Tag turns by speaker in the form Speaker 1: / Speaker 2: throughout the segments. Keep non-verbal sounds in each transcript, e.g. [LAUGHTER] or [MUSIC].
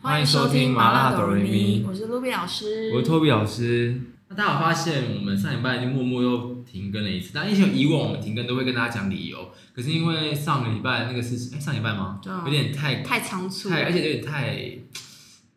Speaker 1: 欢迎收听麻辣哆瑞咪
Speaker 2: 我是露比老师，
Speaker 1: 我是托比老师。那大家有发现，我们上礼拜就默默又停更了一次。但以前以往我们停更都会跟大家讲理由，可是因为上个礼拜那个事情，哎，上礼拜吗？
Speaker 2: 对啊
Speaker 1: 有点太
Speaker 2: 太仓促，
Speaker 1: 太，而且有点太，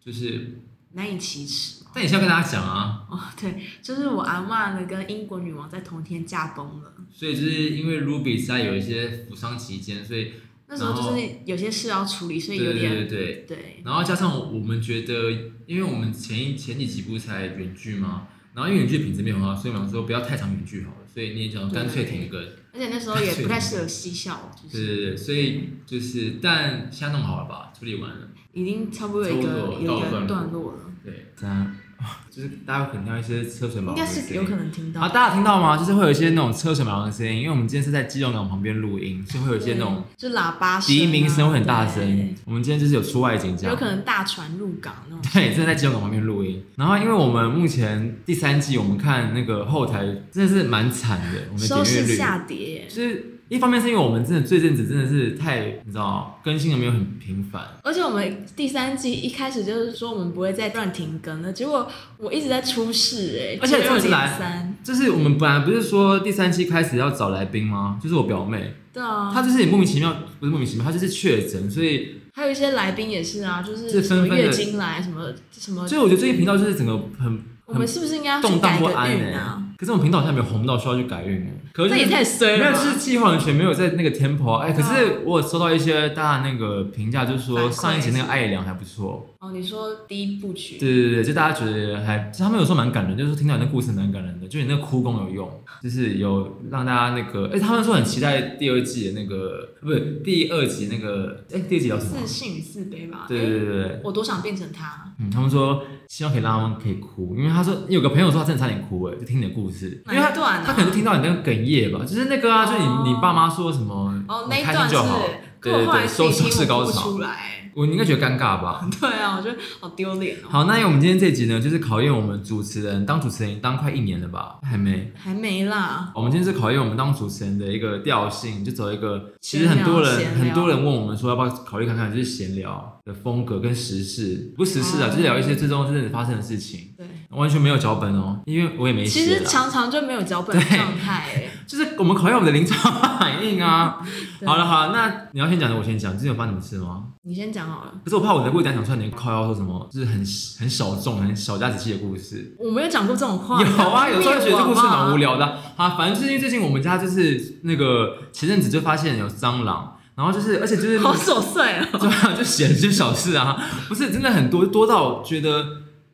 Speaker 1: 就是，
Speaker 2: 难以启齿嘛。
Speaker 1: 但也是要跟大家讲啊。
Speaker 2: 哦，对，就是我阿嬷呢跟英国女王在同一天驾崩了，
Speaker 1: 所以就是因为 Ruby 在有一些服丧期间，所以
Speaker 2: 那时候
Speaker 1: 然后
Speaker 2: 就是有些事要处理，所
Speaker 1: 对
Speaker 2: 以有
Speaker 1: 对对
Speaker 2: 点
Speaker 1: 对对。
Speaker 2: 对
Speaker 1: 然后加上我们觉得，因为我们前一前几集不是才远距吗？然后因为远距品质没有很好，所以我们想说不要太长远距好了。所以你也讲干脆停更。
Speaker 2: 而且那时候也不太适合嬉笑，就
Speaker 1: 对
Speaker 2: 是
Speaker 1: 对对，所以就是，但现在弄好了吧，处理完了。
Speaker 2: 已经差不多有一
Speaker 1: 差不
Speaker 2: 个
Speaker 1: 多
Speaker 2: 有一
Speaker 1: 到
Speaker 2: 个
Speaker 1: 一段落
Speaker 2: 段落了，
Speaker 1: 对，咱 [LAUGHS] 就是大家可能听到一些车水马
Speaker 2: 应
Speaker 1: 龙
Speaker 2: 该
Speaker 1: 的声音，
Speaker 2: 是有可能听
Speaker 1: 然后
Speaker 2: 到。
Speaker 1: 大家有听到吗？就是会有一些那种车水马龙的声音，因为我们今天是在基隆港旁边录音，所以会有一些那种
Speaker 2: 对就喇叭声、啊，
Speaker 1: 笛鸣声会很大
Speaker 2: 对
Speaker 1: 声。，我们今天就是有出外景这
Speaker 2: 有
Speaker 1: 样
Speaker 2: 可。能大船入港那种。
Speaker 1: 对，真的在基隆港旁边录音。然后，因为我们目前第三季，我们看那个后台真的是蛮惨的，我们的
Speaker 2: 收
Speaker 1: 点阅
Speaker 2: 视
Speaker 1: 率
Speaker 2: 下跌，
Speaker 1: 就是一方面是因为我们真的最近子真的是太，你知道更新的没有很频繁，
Speaker 2: 而且我们第三季一开始就是说我们不会再乱停更了，结果我一直在出事哎、欸，
Speaker 1: 而且
Speaker 2: 只有
Speaker 1: 重点是来
Speaker 2: 三，
Speaker 1: 就是我们本来不是说第三期开始要找来宾吗？就是我表妹，
Speaker 2: 对啊，
Speaker 1: 她就是也莫名其妙，不是莫名其妙，她就是确诊，所以
Speaker 2: 还有一些来宾也是啊，就是
Speaker 1: 这
Speaker 2: 什么
Speaker 1: 纷纷的
Speaker 2: 月经来什么什么，
Speaker 1: 所以我觉得最近频道就是整个很
Speaker 2: 我们是不是应该要去
Speaker 1: 动荡
Speaker 2: 改
Speaker 1: 不
Speaker 2: 个
Speaker 1: 安
Speaker 2: 运
Speaker 1: 哎、
Speaker 2: 啊？
Speaker 1: 可是我们频道好像没有红到需要去改运哎、可是
Speaker 2: 这
Speaker 1: 就是
Speaker 2: 也太衰
Speaker 1: 没
Speaker 2: 了
Speaker 1: 有，
Speaker 2: 吧，
Speaker 1: 就是计划完全没有在那个 tempo 啊哎、可
Speaker 2: 对啊
Speaker 1: 是我有收到一些大家那个评价，就是
Speaker 2: 反
Speaker 1: 说
Speaker 2: 馈
Speaker 1: 上一集那个爱良还不错，
Speaker 2: 哦，你说第一部曲，
Speaker 1: 对对对，就大家觉得还，就他们有说蛮感人，就是听到你的故事蛮感人的，就你那个哭功有用，就是有让大家那个，哎、他们说很期待第二季的那个，不是第二集那个，哎、第二集叫什么？
Speaker 2: 自信与自卑吧，
Speaker 1: 对对对对
Speaker 2: 哎
Speaker 1: 对，
Speaker 2: 我多想变成他，
Speaker 1: 嗯，他们说希望可以让他们可以哭，因为他说有个朋友说他真的差点哭哎，就听你的故事，
Speaker 2: 哪
Speaker 1: 因为他
Speaker 2: 一段啊
Speaker 1: 他可能就听到你那个哽咽吧，就是那个啊，就
Speaker 2: 哦
Speaker 1: 你你爸妈说什么，
Speaker 2: 哦，
Speaker 1: 你
Speaker 2: 那一
Speaker 1: 开心
Speaker 2: 段是
Speaker 1: 就好，，
Speaker 2: 可
Speaker 1: 对对
Speaker 2: 我后来
Speaker 1: 对，
Speaker 2: 自己
Speaker 1: 收收
Speaker 2: 听
Speaker 1: 视
Speaker 2: 我
Speaker 1: 高
Speaker 2: 哭不
Speaker 1: 潮
Speaker 2: 出，来，
Speaker 1: 我你应该觉得尴尬吧？
Speaker 2: 对啊，我觉得好丢脸哦，
Speaker 1: 好，那因为我们今天这集呢，就是考验我们主持人当主持人当快一年了吧，还没。
Speaker 2: 还没啦，
Speaker 1: 我们今天是考验我们当主持人的一个调性，就走一个其实很多人
Speaker 2: 闲聊
Speaker 1: 很多人问我们说要不要考虑看看，就是闲聊的风格跟时事，不是时事啊，
Speaker 2: 哦
Speaker 1: 就是聊一些最终真正发生的事情。
Speaker 2: 对。
Speaker 1: 完全没有脚本哦，因为我也没
Speaker 2: 其
Speaker 1: 写
Speaker 2: 实
Speaker 1: 啦。
Speaker 2: 常常就没有脚本的
Speaker 1: 对
Speaker 2: 状态、欸，
Speaker 1: 就是我们考验我们的临场反应啊。
Speaker 2: [LAUGHS] 对
Speaker 1: 好了好了，那你要先讲的我先讲，之前有发生什么事吗？
Speaker 2: 你先讲好了。
Speaker 1: 可是我怕我的故事讲出来，你靠要说什么，就是很很小众、很小家子气的故事。
Speaker 2: 我没有讲过这种话，
Speaker 1: 有
Speaker 2: [LAUGHS]
Speaker 1: 啊，有时候觉得这故事蛮无
Speaker 2: 聊。
Speaker 1: 聊的啊。啊反正就是因为最近我们家就是那个前阵子就发现有蟑螂，然后就是而且就是
Speaker 2: 好琐碎哦。
Speaker 1: [LAUGHS] 对啊，就写了些小事啊，不是真的很多，多到觉得，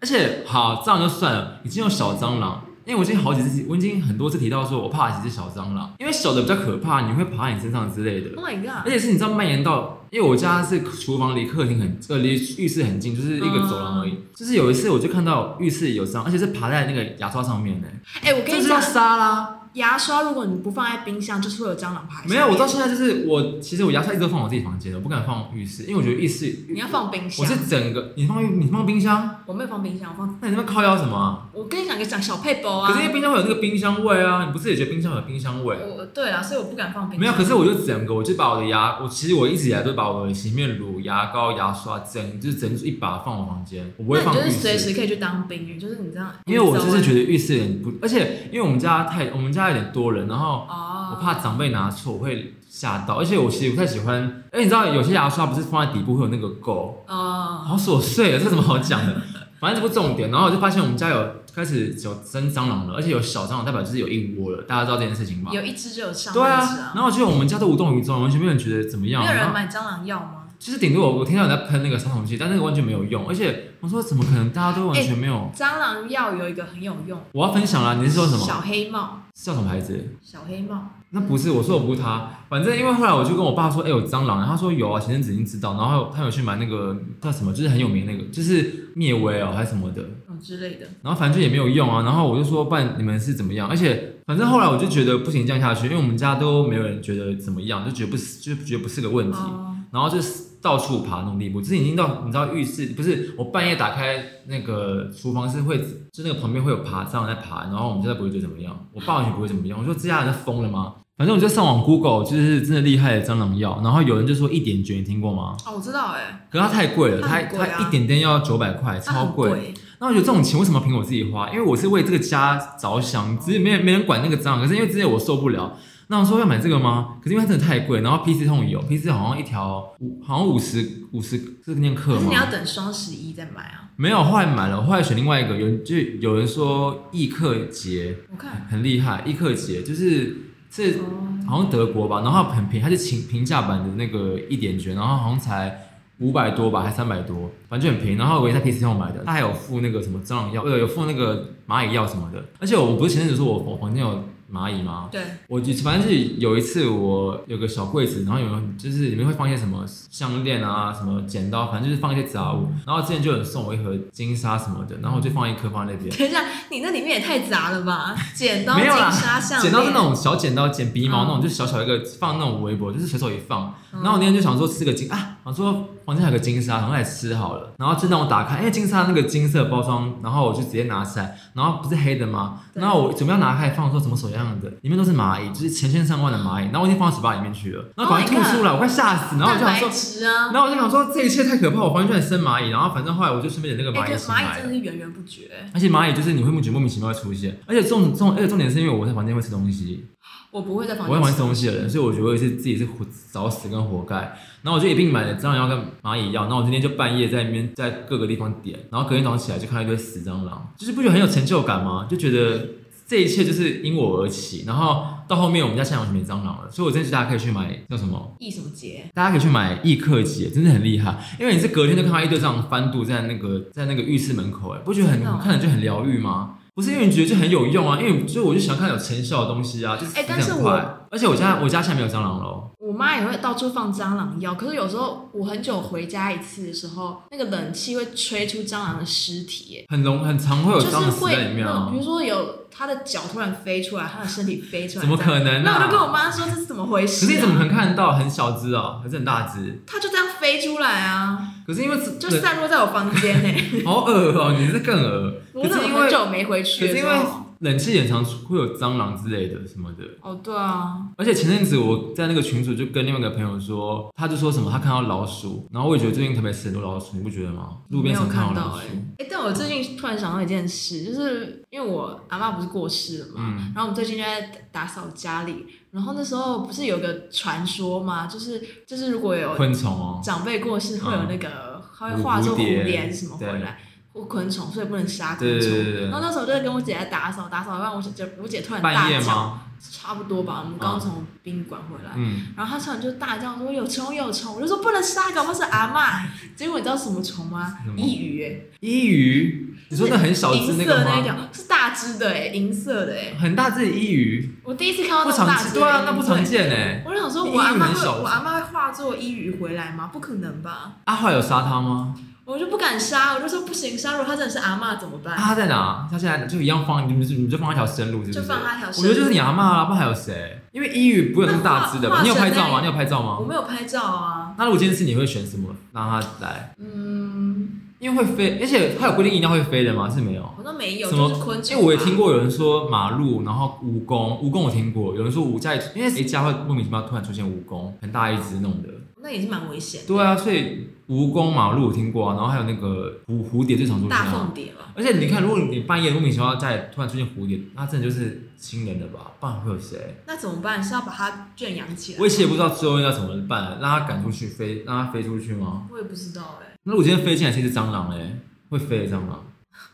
Speaker 1: 而且好蟑螂就算了，已经有小蟑螂，因为我已经好几次，我已经很多次提到说我怕几只小蟑螂，因为小的比较可怕，你会爬到你身上之类的，
Speaker 2: Oh my
Speaker 1: 而
Speaker 2: god！
Speaker 1: 且是你知道蔓延到，因为我家是厨房离客厅很呃离浴室很近，就是一个走廊而已，就是有一次我就看到浴室有蟑螂，而且是爬在那个牙刷上面的、
Speaker 2: 哎、我跟
Speaker 1: 这
Speaker 2: 你
Speaker 1: 就叫
Speaker 2: 讲，
Speaker 1: 沙拉。
Speaker 2: 牙刷如果你不放在冰箱，就是会有蟑螂爬。
Speaker 1: 没有，我到现在就是我，其实我牙刷一直都放我自己房间的，我不敢放浴室，因为我觉得浴室
Speaker 2: 你要放冰
Speaker 1: 我
Speaker 2: 箱，
Speaker 1: 是整个，你放你放冰箱，
Speaker 2: 我没有放冰箱，我放。
Speaker 1: 那你那边靠腰什么啊、
Speaker 2: 我跟你讲个讲小配包啊。
Speaker 1: 可是因为冰箱会有那个冰箱味啊，你不是也觉得冰箱会有冰箱味？
Speaker 2: 我对啊，所以我不敢放冰箱。
Speaker 1: 没有，可是我就整个，我就把我的牙，我其实我一直以来都把我的洗面乳、牙膏、牙刷整就是整一把放我房间，我不会
Speaker 2: 那
Speaker 1: 放
Speaker 2: 你
Speaker 1: 浴
Speaker 2: 就是随
Speaker 1: 室。
Speaker 2: 时可以去当兵欸，就是你这样。
Speaker 1: 因为我就是
Speaker 2: 得
Speaker 1: 觉得浴室有点不，而且因为我们家太我们家有点多人，然后我
Speaker 2: 哦，
Speaker 1: 怕长辈拿错我会吓到，而且我其实不太喜欢，哎，你知道有些牙刷不是放在底部会有那个垢，
Speaker 2: 哦，
Speaker 1: 好琐碎啊，这怎么好讲的？ [LAUGHS] 反正这不重点。然后我就发现我们家有开始有真蟑螂了，而且有小蟑螂，代表就是有一窝了。大家知道这件事情吧？
Speaker 2: 有一只就有上
Speaker 1: 对
Speaker 2: 万只啊。
Speaker 1: 啊。然后就我们家都无动于衷，完全没有人觉得怎么样。
Speaker 2: 没有
Speaker 1: 然
Speaker 2: 人
Speaker 1: 后
Speaker 2: 买蟑螂药吗？
Speaker 1: 就是顶多我我听到有在喷那个杀虫剂，但那个完全没有用。而且我说怎么可能？大家都完全没有。
Speaker 2: 蟑螂药有一个很有用，
Speaker 1: 我要分享啦，你是说什么？
Speaker 2: 小黑帽，
Speaker 1: 是叫什么牌子？
Speaker 2: 小黑帽。
Speaker 1: 那不是，我说我不是他，反正因为后来我就跟我爸说，哎、有蟑螂，他说有啊，前阵子已经知道，然后他有去买那个叫什么，就是很有名那个，就是灭危哦还是什么的，
Speaker 2: 嗯之类的。
Speaker 1: 然后反正就也没有用啊。然后我就说，不然你们是怎么样？而且反正后来我就觉得不行，这样下去，因为我们家都没有人觉得怎么样，就觉得不是，就觉得不是个问题。
Speaker 2: 哦，
Speaker 1: 然后就是到处爬那种地步，就是已经到你知道浴室不是我半夜打开那个厨房是会，就那个旁边会有爬蟑螂在爬，然后我们现在不会觉得怎么样，我爸完全不会怎么样。我说这家人是疯了吗？反正我就上网 Google，就是真的厉害的蟑螂药，然后有人就说一点绝，你听过吗？
Speaker 2: 哦，我知道哎、
Speaker 1: 可是它太贵了，
Speaker 2: 它
Speaker 1: 它
Speaker 2: 很贵啊
Speaker 1: 它一点点要九百块，
Speaker 2: 它
Speaker 1: 超
Speaker 2: 很
Speaker 1: 贵。。那我觉得这种钱为什么要凭我自己花？因为我是为这个家着想，只是没人没人管那个蟑螂。可是因为之前我受不了，那我说要买这个吗？可是因为它真的太贵，然后 PC 痛有，PC 好像一条五，好像五十五十，这个念克
Speaker 2: 可是
Speaker 1: 吗
Speaker 2: 你？要等双十一再买啊！
Speaker 1: 没有，后来买了，后来选另外一个，有人就有人说易克杰
Speaker 2: 我看，
Speaker 1: 很厉害，易克杰就是是
Speaker 2: 哦，
Speaker 1: 好像德国吧，然后很平，它是平平价版的那个一点卷，然后好像才五百多吧，还三百多，反正就很便宜。然后我也在 PC 上买的，它还有附那个什么蟑螂药，呃，有附那个蚂蚁药什么的。而且我不是前阵子说我我房间呃有蚂蚁吗？
Speaker 2: 对，
Speaker 1: 我就反正是有一次我有个小柜子，然后有就是里面会放一些什么项链啊、什么剪刀，反正就是放一些杂物。然后之前就有人送我一盒金沙什么的，然后我就放一颗放在那边。
Speaker 2: 等一下，你那里面也太杂了吧？剪刀、
Speaker 1: 没
Speaker 2: 金
Speaker 1: 有啦
Speaker 2: 沙项链，
Speaker 1: 剪刀是那种小剪刀，剪鼻毛
Speaker 2: 嗯
Speaker 1: 那种，就是小小一个放那种围脖，就是随手一放。
Speaker 2: 嗯
Speaker 1: 然后我那天就想说吃个金啊，想说房间还有个金沙，然后来吃好了。然后就让我打开，因为金沙那个金色包装，然后我就直接拿起来，然后不是黑的吗？
Speaker 2: 对
Speaker 1: 然后我准备要拿开放的时候，怎么手痒痒的，里面都是蚂蚁，就是成千上万的蚂蚁。然后我已经放到嘴巴里面去了，然后赶快
Speaker 2: Oh my
Speaker 1: 吐
Speaker 2: god
Speaker 1: 出来，我快吓死。然后我
Speaker 2: 蛋
Speaker 1: 就想
Speaker 2: 白
Speaker 1: 说。
Speaker 2: 质啊
Speaker 1: 然。后我就想说，这一切太可怕，我房间居然生蚂蚁。然后反正后来我就顺便点那个
Speaker 2: 哎，
Speaker 1: 蚂蚁
Speaker 2: 对，
Speaker 1: 一起
Speaker 2: 蚂
Speaker 1: 买
Speaker 2: 蚁
Speaker 1: 了
Speaker 2: 真。的是源源不绝。
Speaker 1: 而且蚂蚁就是你会莫莫名其妙会出现，而且重重而且重点是因为我在房间会吃东西，
Speaker 2: 我不会在
Speaker 1: 我
Speaker 2: 房
Speaker 1: 会
Speaker 2: 间
Speaker 1: 玩
Speaker 2: 吃，
Speaker 1: 东西的人，所以我觉得我也是自己是活找死跟活该。然后我就一并买了蟑螂药跟蚂蚁药，然后我今天就半夜在那边在各个地方点，然后隔天早上起来就看到一堆死蟑螂，就是不觉得很有成就感吗？就觉得这一切就是因我而起。然后到后面我们家现在完全没蟑螂了，所以我真的觉得大家可以去买叫什么？
Speaker 2: 易什么节？
Speaker 1: 大家可以去买易克节，真的很厉害，因为你是隔天就看到一堆这样翻肚在那个在那个浴室门口，哎，不觉得很
Speaker 2: 真的哦
Speaker 1: 看着就很疗愈吗？不是因为你觉得就很有用啊，因为就我就喜欢看有成效的东西啊，就是
Speaker 2: 哎但是
Speaker 1: 很快。而且我家我家现在没有蟑螂了哦，
Speaker 2: 我妈也会到处放蟑螂药，可是有时候我很久回家一次的时候，那个冷气会吹出蟑螂的尸体，哎
Speaker 1: 很容很常会有
Speaker 2: 就
Speaker 1: 蟑
Speaker 2: 是
Speaker 1: 螂死
Speaker 2: 会
Speaker 1: 在里面
Speaker 2: 那种
Speaker 1: 啊
Speaker 2: 比，如说有它的脚突然飞出来，它的身体飞出来，
Speaker 1: 怎么可能
Speaker 2: 这样？
Speaker 1: 呢、
Speaker 2: 那我就跟
Speaker 1: 啊？
Speaker 2: 我妈说这是怎么回事、
Speaker 1: 可
Speaker 2: 啊？
Speaker 1: 是你怎么可能看得到很小只哦，还是很大只？
Speaker 2: 它就这样飞出来啊？
Speaker 1: 可是因为这
Speaker 2: [LAUGHS] 就散落在我房间呢、
Speaker 1: [LAUGHS] 好恶哦、你是更恶。
Speaker 2: 我
Speaker 1: 可
Speaker 2: 怎
Speaker 1: 是因
Speaker 2: 么很
Speaker 1: 为
Speaker 2: 久没回
Speaker 1: 可
Speaker 2: 去
Speaker 1: 是
Speaker 2: 的
Speaker 1: 因
Speaker 2: 时
Speaker 1: 为
Speaker 2: 候？
Speaker 1: 冷气也常会有蟑螂之类的什么的。
Speaker 2: 哦，对啊，
Speaker 1: 而且前阵子我在那个群组就跟另外一个朋友说，他就说什么他看到老鼠，然后我也觉得最近特别死很多老鼠，你不觉得吗？路边常
Speaker 2: 没有看
Speaker 1: 到老
Speaker 2: 到
Speaker 1: 鼠
Speaker 2: 哎、。哎、但我最近突然想到一件事，就是因为我阿妈不是过世了嘛，
Speaker 1: 嗯
Speaker 2: 然后我们最近就在打扫家里，然后那时候不是有个传说嘛，就是就是如果有
Speaker 1: 昆虫哦，
Speaker 2: 长辈过世会有那个，他会化
Speaker 1: 蝴
Speaker 2: 作蝴
Speaker 1: 啊蝶
Speaker 2: 蝶还是什么回
Speaker 1: 对
Speaker 2: 来，或昆虫，所以不能杀
Speaker 1: 对
Speaker 2: 昆
Speaker 1: 对
Speaker 2: 虫。
Speaker 1: 对对对
Speaker 2: 然后那时候就在跟我姐在打扫，打扫完我姐我姐突然大
Speaker 1: 半夜
Speaker 2: 叫，
Speaker 1: 吗？
Speaker 2: 差不多吧，我们刚从宾馆回来，
Speaker 1: 嗯，
Speaker 2: 然后她突然就大叫说有虫有虫，我就说不能杀，搞不好是阿嬷。 [LAUGHS] 结果你知道什么虫吗
Speaker 1: 什？么
Speaker 2: 一鱼、欸，
Speaker 1: 伊鱼，你说那很小只
Speaker 2: 银色
Speaker 1: 个
Speaker 2: 的那一
Speaker 1: 吗？
Speaker 2: 条是大只的哎、银色的哎、
Speaker 1: 很大只的伊鱼，
Speaker 2: 我第一次看到
Speaker 1: 不
Speaker 2: 哦那么
Speaker 1: 常
Speaker 2: 大
Speaker 1: 见，
Speaker 2: 只的
Speaker 1: 对啊，
Speaker 2: 银
Speaker 1: 那不
Speaker 2: 色
Speaker 1: 常
Speaker 2: 欸。
Speaker 1: 见哎。
Speaker 2: 我就想说，
Speaker 1: 你
Speaker 2: 我阿
Speaker 1: 一鱼
Speaker 2: 妈
Speaker 1: 很
Speaker 2: 会，
Speaker 1: 小
Speaker 2: 我阿妈会化作一鱼回来吗？不可能吧！
Speaker 1: 阿啊坏有杀它吗？
Speaker 2: 我就不敢杀，我就说不行，杀如果他真的是阿嬷怎么办？
Speaker 1: 啊它在哪？它现在就一样放，你们就你们就放一条生路，是不是？
Speaker 2: 就放它一条
Speaker 1: 我
Speaker 2: 生
Speaker 1: 觉
Speaker 2: 路
Speaker 1: 得就是你阿嬷啦，不然还有谁？因为伊鱼不会有那么大只的吧？
Speaker 2: 那画
Speaker 1: 你有拍
Speaker 2: 画成
Speaker 1: 照吗？
Speaker 2: 那
Speaker 1: 你有拍照
Speaker 2: 我
Speaker 1: 吗？
Speaker 2: 没有拍照啊，
Speaker 1: 那如果今天是你会选什么让它来？
Speaker 2: 嗯，
Speaker 1: 因为会飞，而且它有规定一定要会飞的吗？是没有。
Speaker 2: 好像没有，
Speaker 1: 什么
Speaker 2: 就是昆
Speaker 1: 因
Speaker 2: 虫、
Speaker 1: 哎为我也听，过有人说马路，然后蜈蚣，蜈蚣我听过，有人说蜈在，因为谁家会莫名其妙突然出现蜈蚣，很大一只弄的。
Speaker 2: 那也是蛮危险的。
Speaker 1: 对啊，所以蜈蚣、马路我听过啊，然后还有那个蝴蝴蝶最常出现
Speaker 2: 大
Speaker 1: 啊。
Speaker 2: 凤蝶嘛，
Speaker 1: 而且你看，如果你半夜莫名其妙在突然出现蝴蝶，那真的就是亲人了吧？不然会有谁？
Speaker 2: 那怎么办？是要把它圈养起来？
Speaker 1: 我其实也不知道最后要怎么办，让它赶出去飞，让它飞出去吗？
Speaker 2: 我也不知道哎、
Speaker 1: 那如果今天飞进来是一只蟑螂嘞，会飞的蟑螂。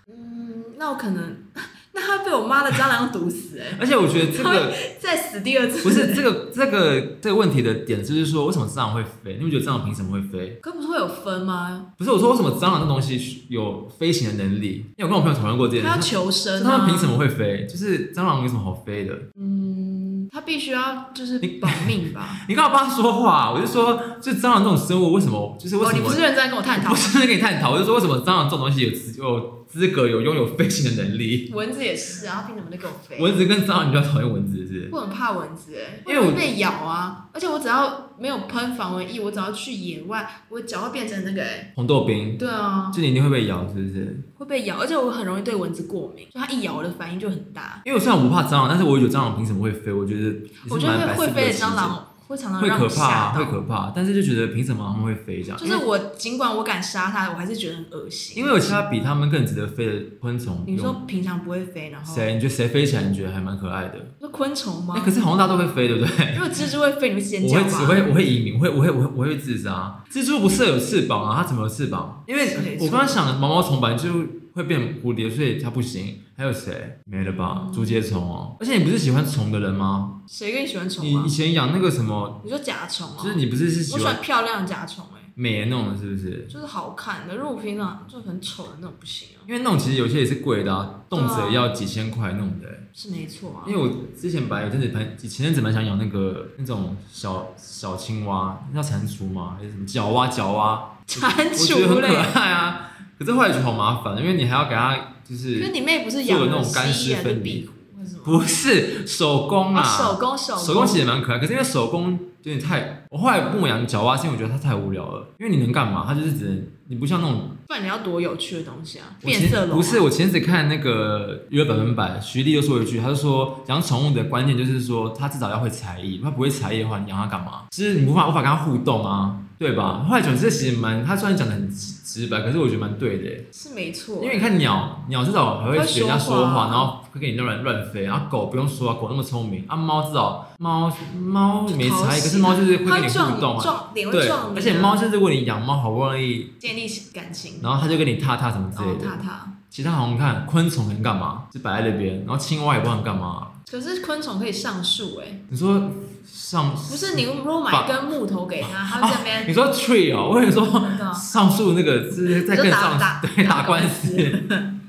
Speaker 2: 嗯，那我可能， [LAUGHS] 那它被我妈的蟑螂毒死哎、
Speaker 1: 而且我觉得这
Speaker 2: 它
Speaker 1: 个
Speaker 2: [LAUGHS] 再死第二次
Speaker 1: 不是这个这个这个问题的点，就是说为什么蟑螂会飞？你们觉得蟑螂凭什么会飞？
Speaker 2: 可不是会有分吗？
Speaker 1: 不是我说为什么蟑螂这东西有飞行的能力？因为我跟我朋友讨论过这件
Speaker 2: 它要
Speaker 1: 事，
Speaker 2: 求
Speaker 1: 就是
Speaker 2: 生、啊，
Speaker 1: 他们凭什？么会飞？就是蟑螂有什么好飞的？
Speaker 2: 嗯，它必须要就是保命吧。
Speaker 1: 你干嘛帮他说话？我就说，就蟑螂这种生物，为什么 [LAUGHS] 就是为
Speaker 2: 哦，
Speaker 1: 什
Speaker 2: 你
Speaker 1: 么？
Speaker 2: 不是认真在跟我探讨
Speaker 1: 不？是在跟你探讨，我就 [LAUGHS] 说为什么蟑螂这种东西有资有资格有拥有飞行的能力？
Speaker 2: 蚊子也是啊，它凭什么在跟我飞？
Speaker 1: 蚊子跟蟑螂，你比较讨厌蚊子是不是？
Speaker 2: 我很怕蚊子、欸，
Speaker 1: 因为
Speaker 2: 会
Speaker 1: 我
Speaker 2: 被咬啊，而且我只要没有喷防蚊液，我只要去野外，我脚会变成那个、欸，
Speaker 1: 红豆冰，
Speaker 2: 对啊，
Speaker 1: 就你一定会被咬，是不是？
Speaker 2: 会被咬，而且我很容易对蚊子过敏，就它一咬我的反应就很大。
Speaker 1: 因为我虽然我不怕蟑螂，但是我有觉得蟑螂凭什么会飞？我觉得是
Speaker 2: 我觉得会会飞的蟑。
Speaker 1: 也是蛮白痴的事情
Speaker 2: 螂会常常
Speaker 1: 会
Speaker 2: 嗯让
Speaker 1: 可
Speaker 2: 我吓
Speaker 1: 怕，啊
Speaker 2: 到
Speaker 1: 会。可怕，但是就觉得凭什么他们会飞这样？
Speaker 2: 就是我尽管我敢杀它，我还是觉得很恶心。
Speaker 1: 因为因为有其他比他们更值得飞的昆虫。
Speaker 2: 你说平常不会飞，然后
Speaker 1: 谁？你觉得谁飞起来？你觉得还蛮可爱的？
Speaker 2: 那昆虫
Speaker 1: 哎、
Speaker 2: 吗
Speaker 1: 可？是好像大家都会飞，对不对？
Speaker 2: 如果蜘蛛会飞，你会尖
Speaker 1: 我
Speaker 2: 叫
Speaker 1: 会只
Speaker 2: 吧？
Speaker 1: 会我会移民，我会我会我会我会自杀。蜘蛛不是有翅膀啊？它怎么有翅膀？因
Speaker 2: 是没
Speaker 1: 为
Speaker 2: 错
Speaker 1: 我刚刚想的毛毛虫本来就会变蝴蝶，所以它不行。还有谁？没了
Speaker 2: 嗯
Speaker 1: 吧？竹节虫哦。而且你不是喜欢虫的人吗？
Speaker 2: 谁跟你喜欢虫
Speaker 1: 你
Speaker 2: 吗
Speaker 1: 以？前养那个什么，
Speaker 2: 你说甲虫啊？
Speaker 1: 就是你不是是喜
Speaker 2: 我喜
Speaker 1: 欢
Speaker 2: 欢漂亮的甲虫，哎，
Speaker 1: 美的那种，是不是？
Speaker 2: 就是好看的。如果我平常就很丑的那种不行啊，
Speaker 1: 因为那种其实有些也是贵的啊，动辄也要几千块那种的欸、
Speaker 2: 是没错啊
Speaker 1: 因。为我之前本来有阵子蛮，前阵子蛮想养那个那种小小青蛙，那叫蟾蜍吗？还是什么角蛙？角蛙，
Speaker 2: 蟾
Speaker 1: 我觉得
Speaker 2: 蜍
Speaker 1: 很可
Speaker 2: 嘞，
Speaker 1: 爱啊。可是后来觉得好麻烦，因为你还要给它
Speaker 2: 可
Speaker 1: 就
Speaker 2: 是
Speaker 1: 是
Speaker 2: 你妹不是养
Speaker 1: 做
Speaker 2: 了
Speaker 1: 的那种干
Speaker 2: 蜥
Speaker 1: 湿
Speaker 2: 蜴还是
Speaker 1: 分离
Speaker 2: 壁虎或者什么？
Speaker 1: 不是手工啊，
Speaker 2: 啊，手工手
Speaker 1: 手工其实也蛮可爱，可是因为手工有点太，我后来不养角蛙是因为我觉得它太无聊了，因为你能干嘛？它就是只能你不像那种
Speaker 2: 不然你要多有趣的东西啊？
Speaker 1: 我
Speaker 2: 变色
Speaker 1: 前
Speaker 2: 龙啊
Speaker 1: 不是，我前阵子看那个娱乐百分百，徐丽又说一句，他就说养宠物的关键就是说，它至少要会才艺，它不会才艺的话，你养它干嘛？就是你无法无法跟它互动啊，对吧？后来总之其实蛮，他虽然讲的很直直白，可是我觉得蛮对的耶，欸
Speaker 2: 是没错，啊
Speaker 1: 因为你看鸟，鸟至少还会学人
Speaker 2: 它
Speaker 1: 家说
Speaker 2: 会说话啊
Speaker 1: 话，然后会跟你乱乱飞，然后狗不用说啊，狗那么聪明，啊猫至少猫猫没才艺，可是猫就是会
Speaker 2: 啊它
Speaker 1: 跟你互
Speaker 2: 撞
Speaker 1: 动啊，
Speaker 2: 撞脸会
Speaker 1: 对
Speaker 2: 撞，你啊，
Speaker 1: 而且猫就是如果你养猫好不容易，
Speaker 2: 建立感情，
Speaker 1: 然后它就跟你踏踏什么之
Speaker 2: 然
Speaker 1: 类
Speaker 2: 后
Speaker 1: 的。
Speaker 2: 哦踏踏。
Speaker 1: 其他好像看昆虫能干嘛，就摆在那边，然后青蛙也不知道能干嘛。
Speaker 2: 可是昆虫可以上树哎、
Speaker 1: 你说上
Speaker 2: 不是你如果买一根木头给他，他会在那边
Speaker 1: 你说 tree 哦，我跟你说
Speaker 2: 真的
Speaker 1: [LAUGHS]
Speaker 2: 啊
Speaker 1: 上树那个是在跟上
Speaker 2: 你说打
Speaker 1: [LAUGHS] 对
Speaker 2: 打
Speaker 1: 打官司，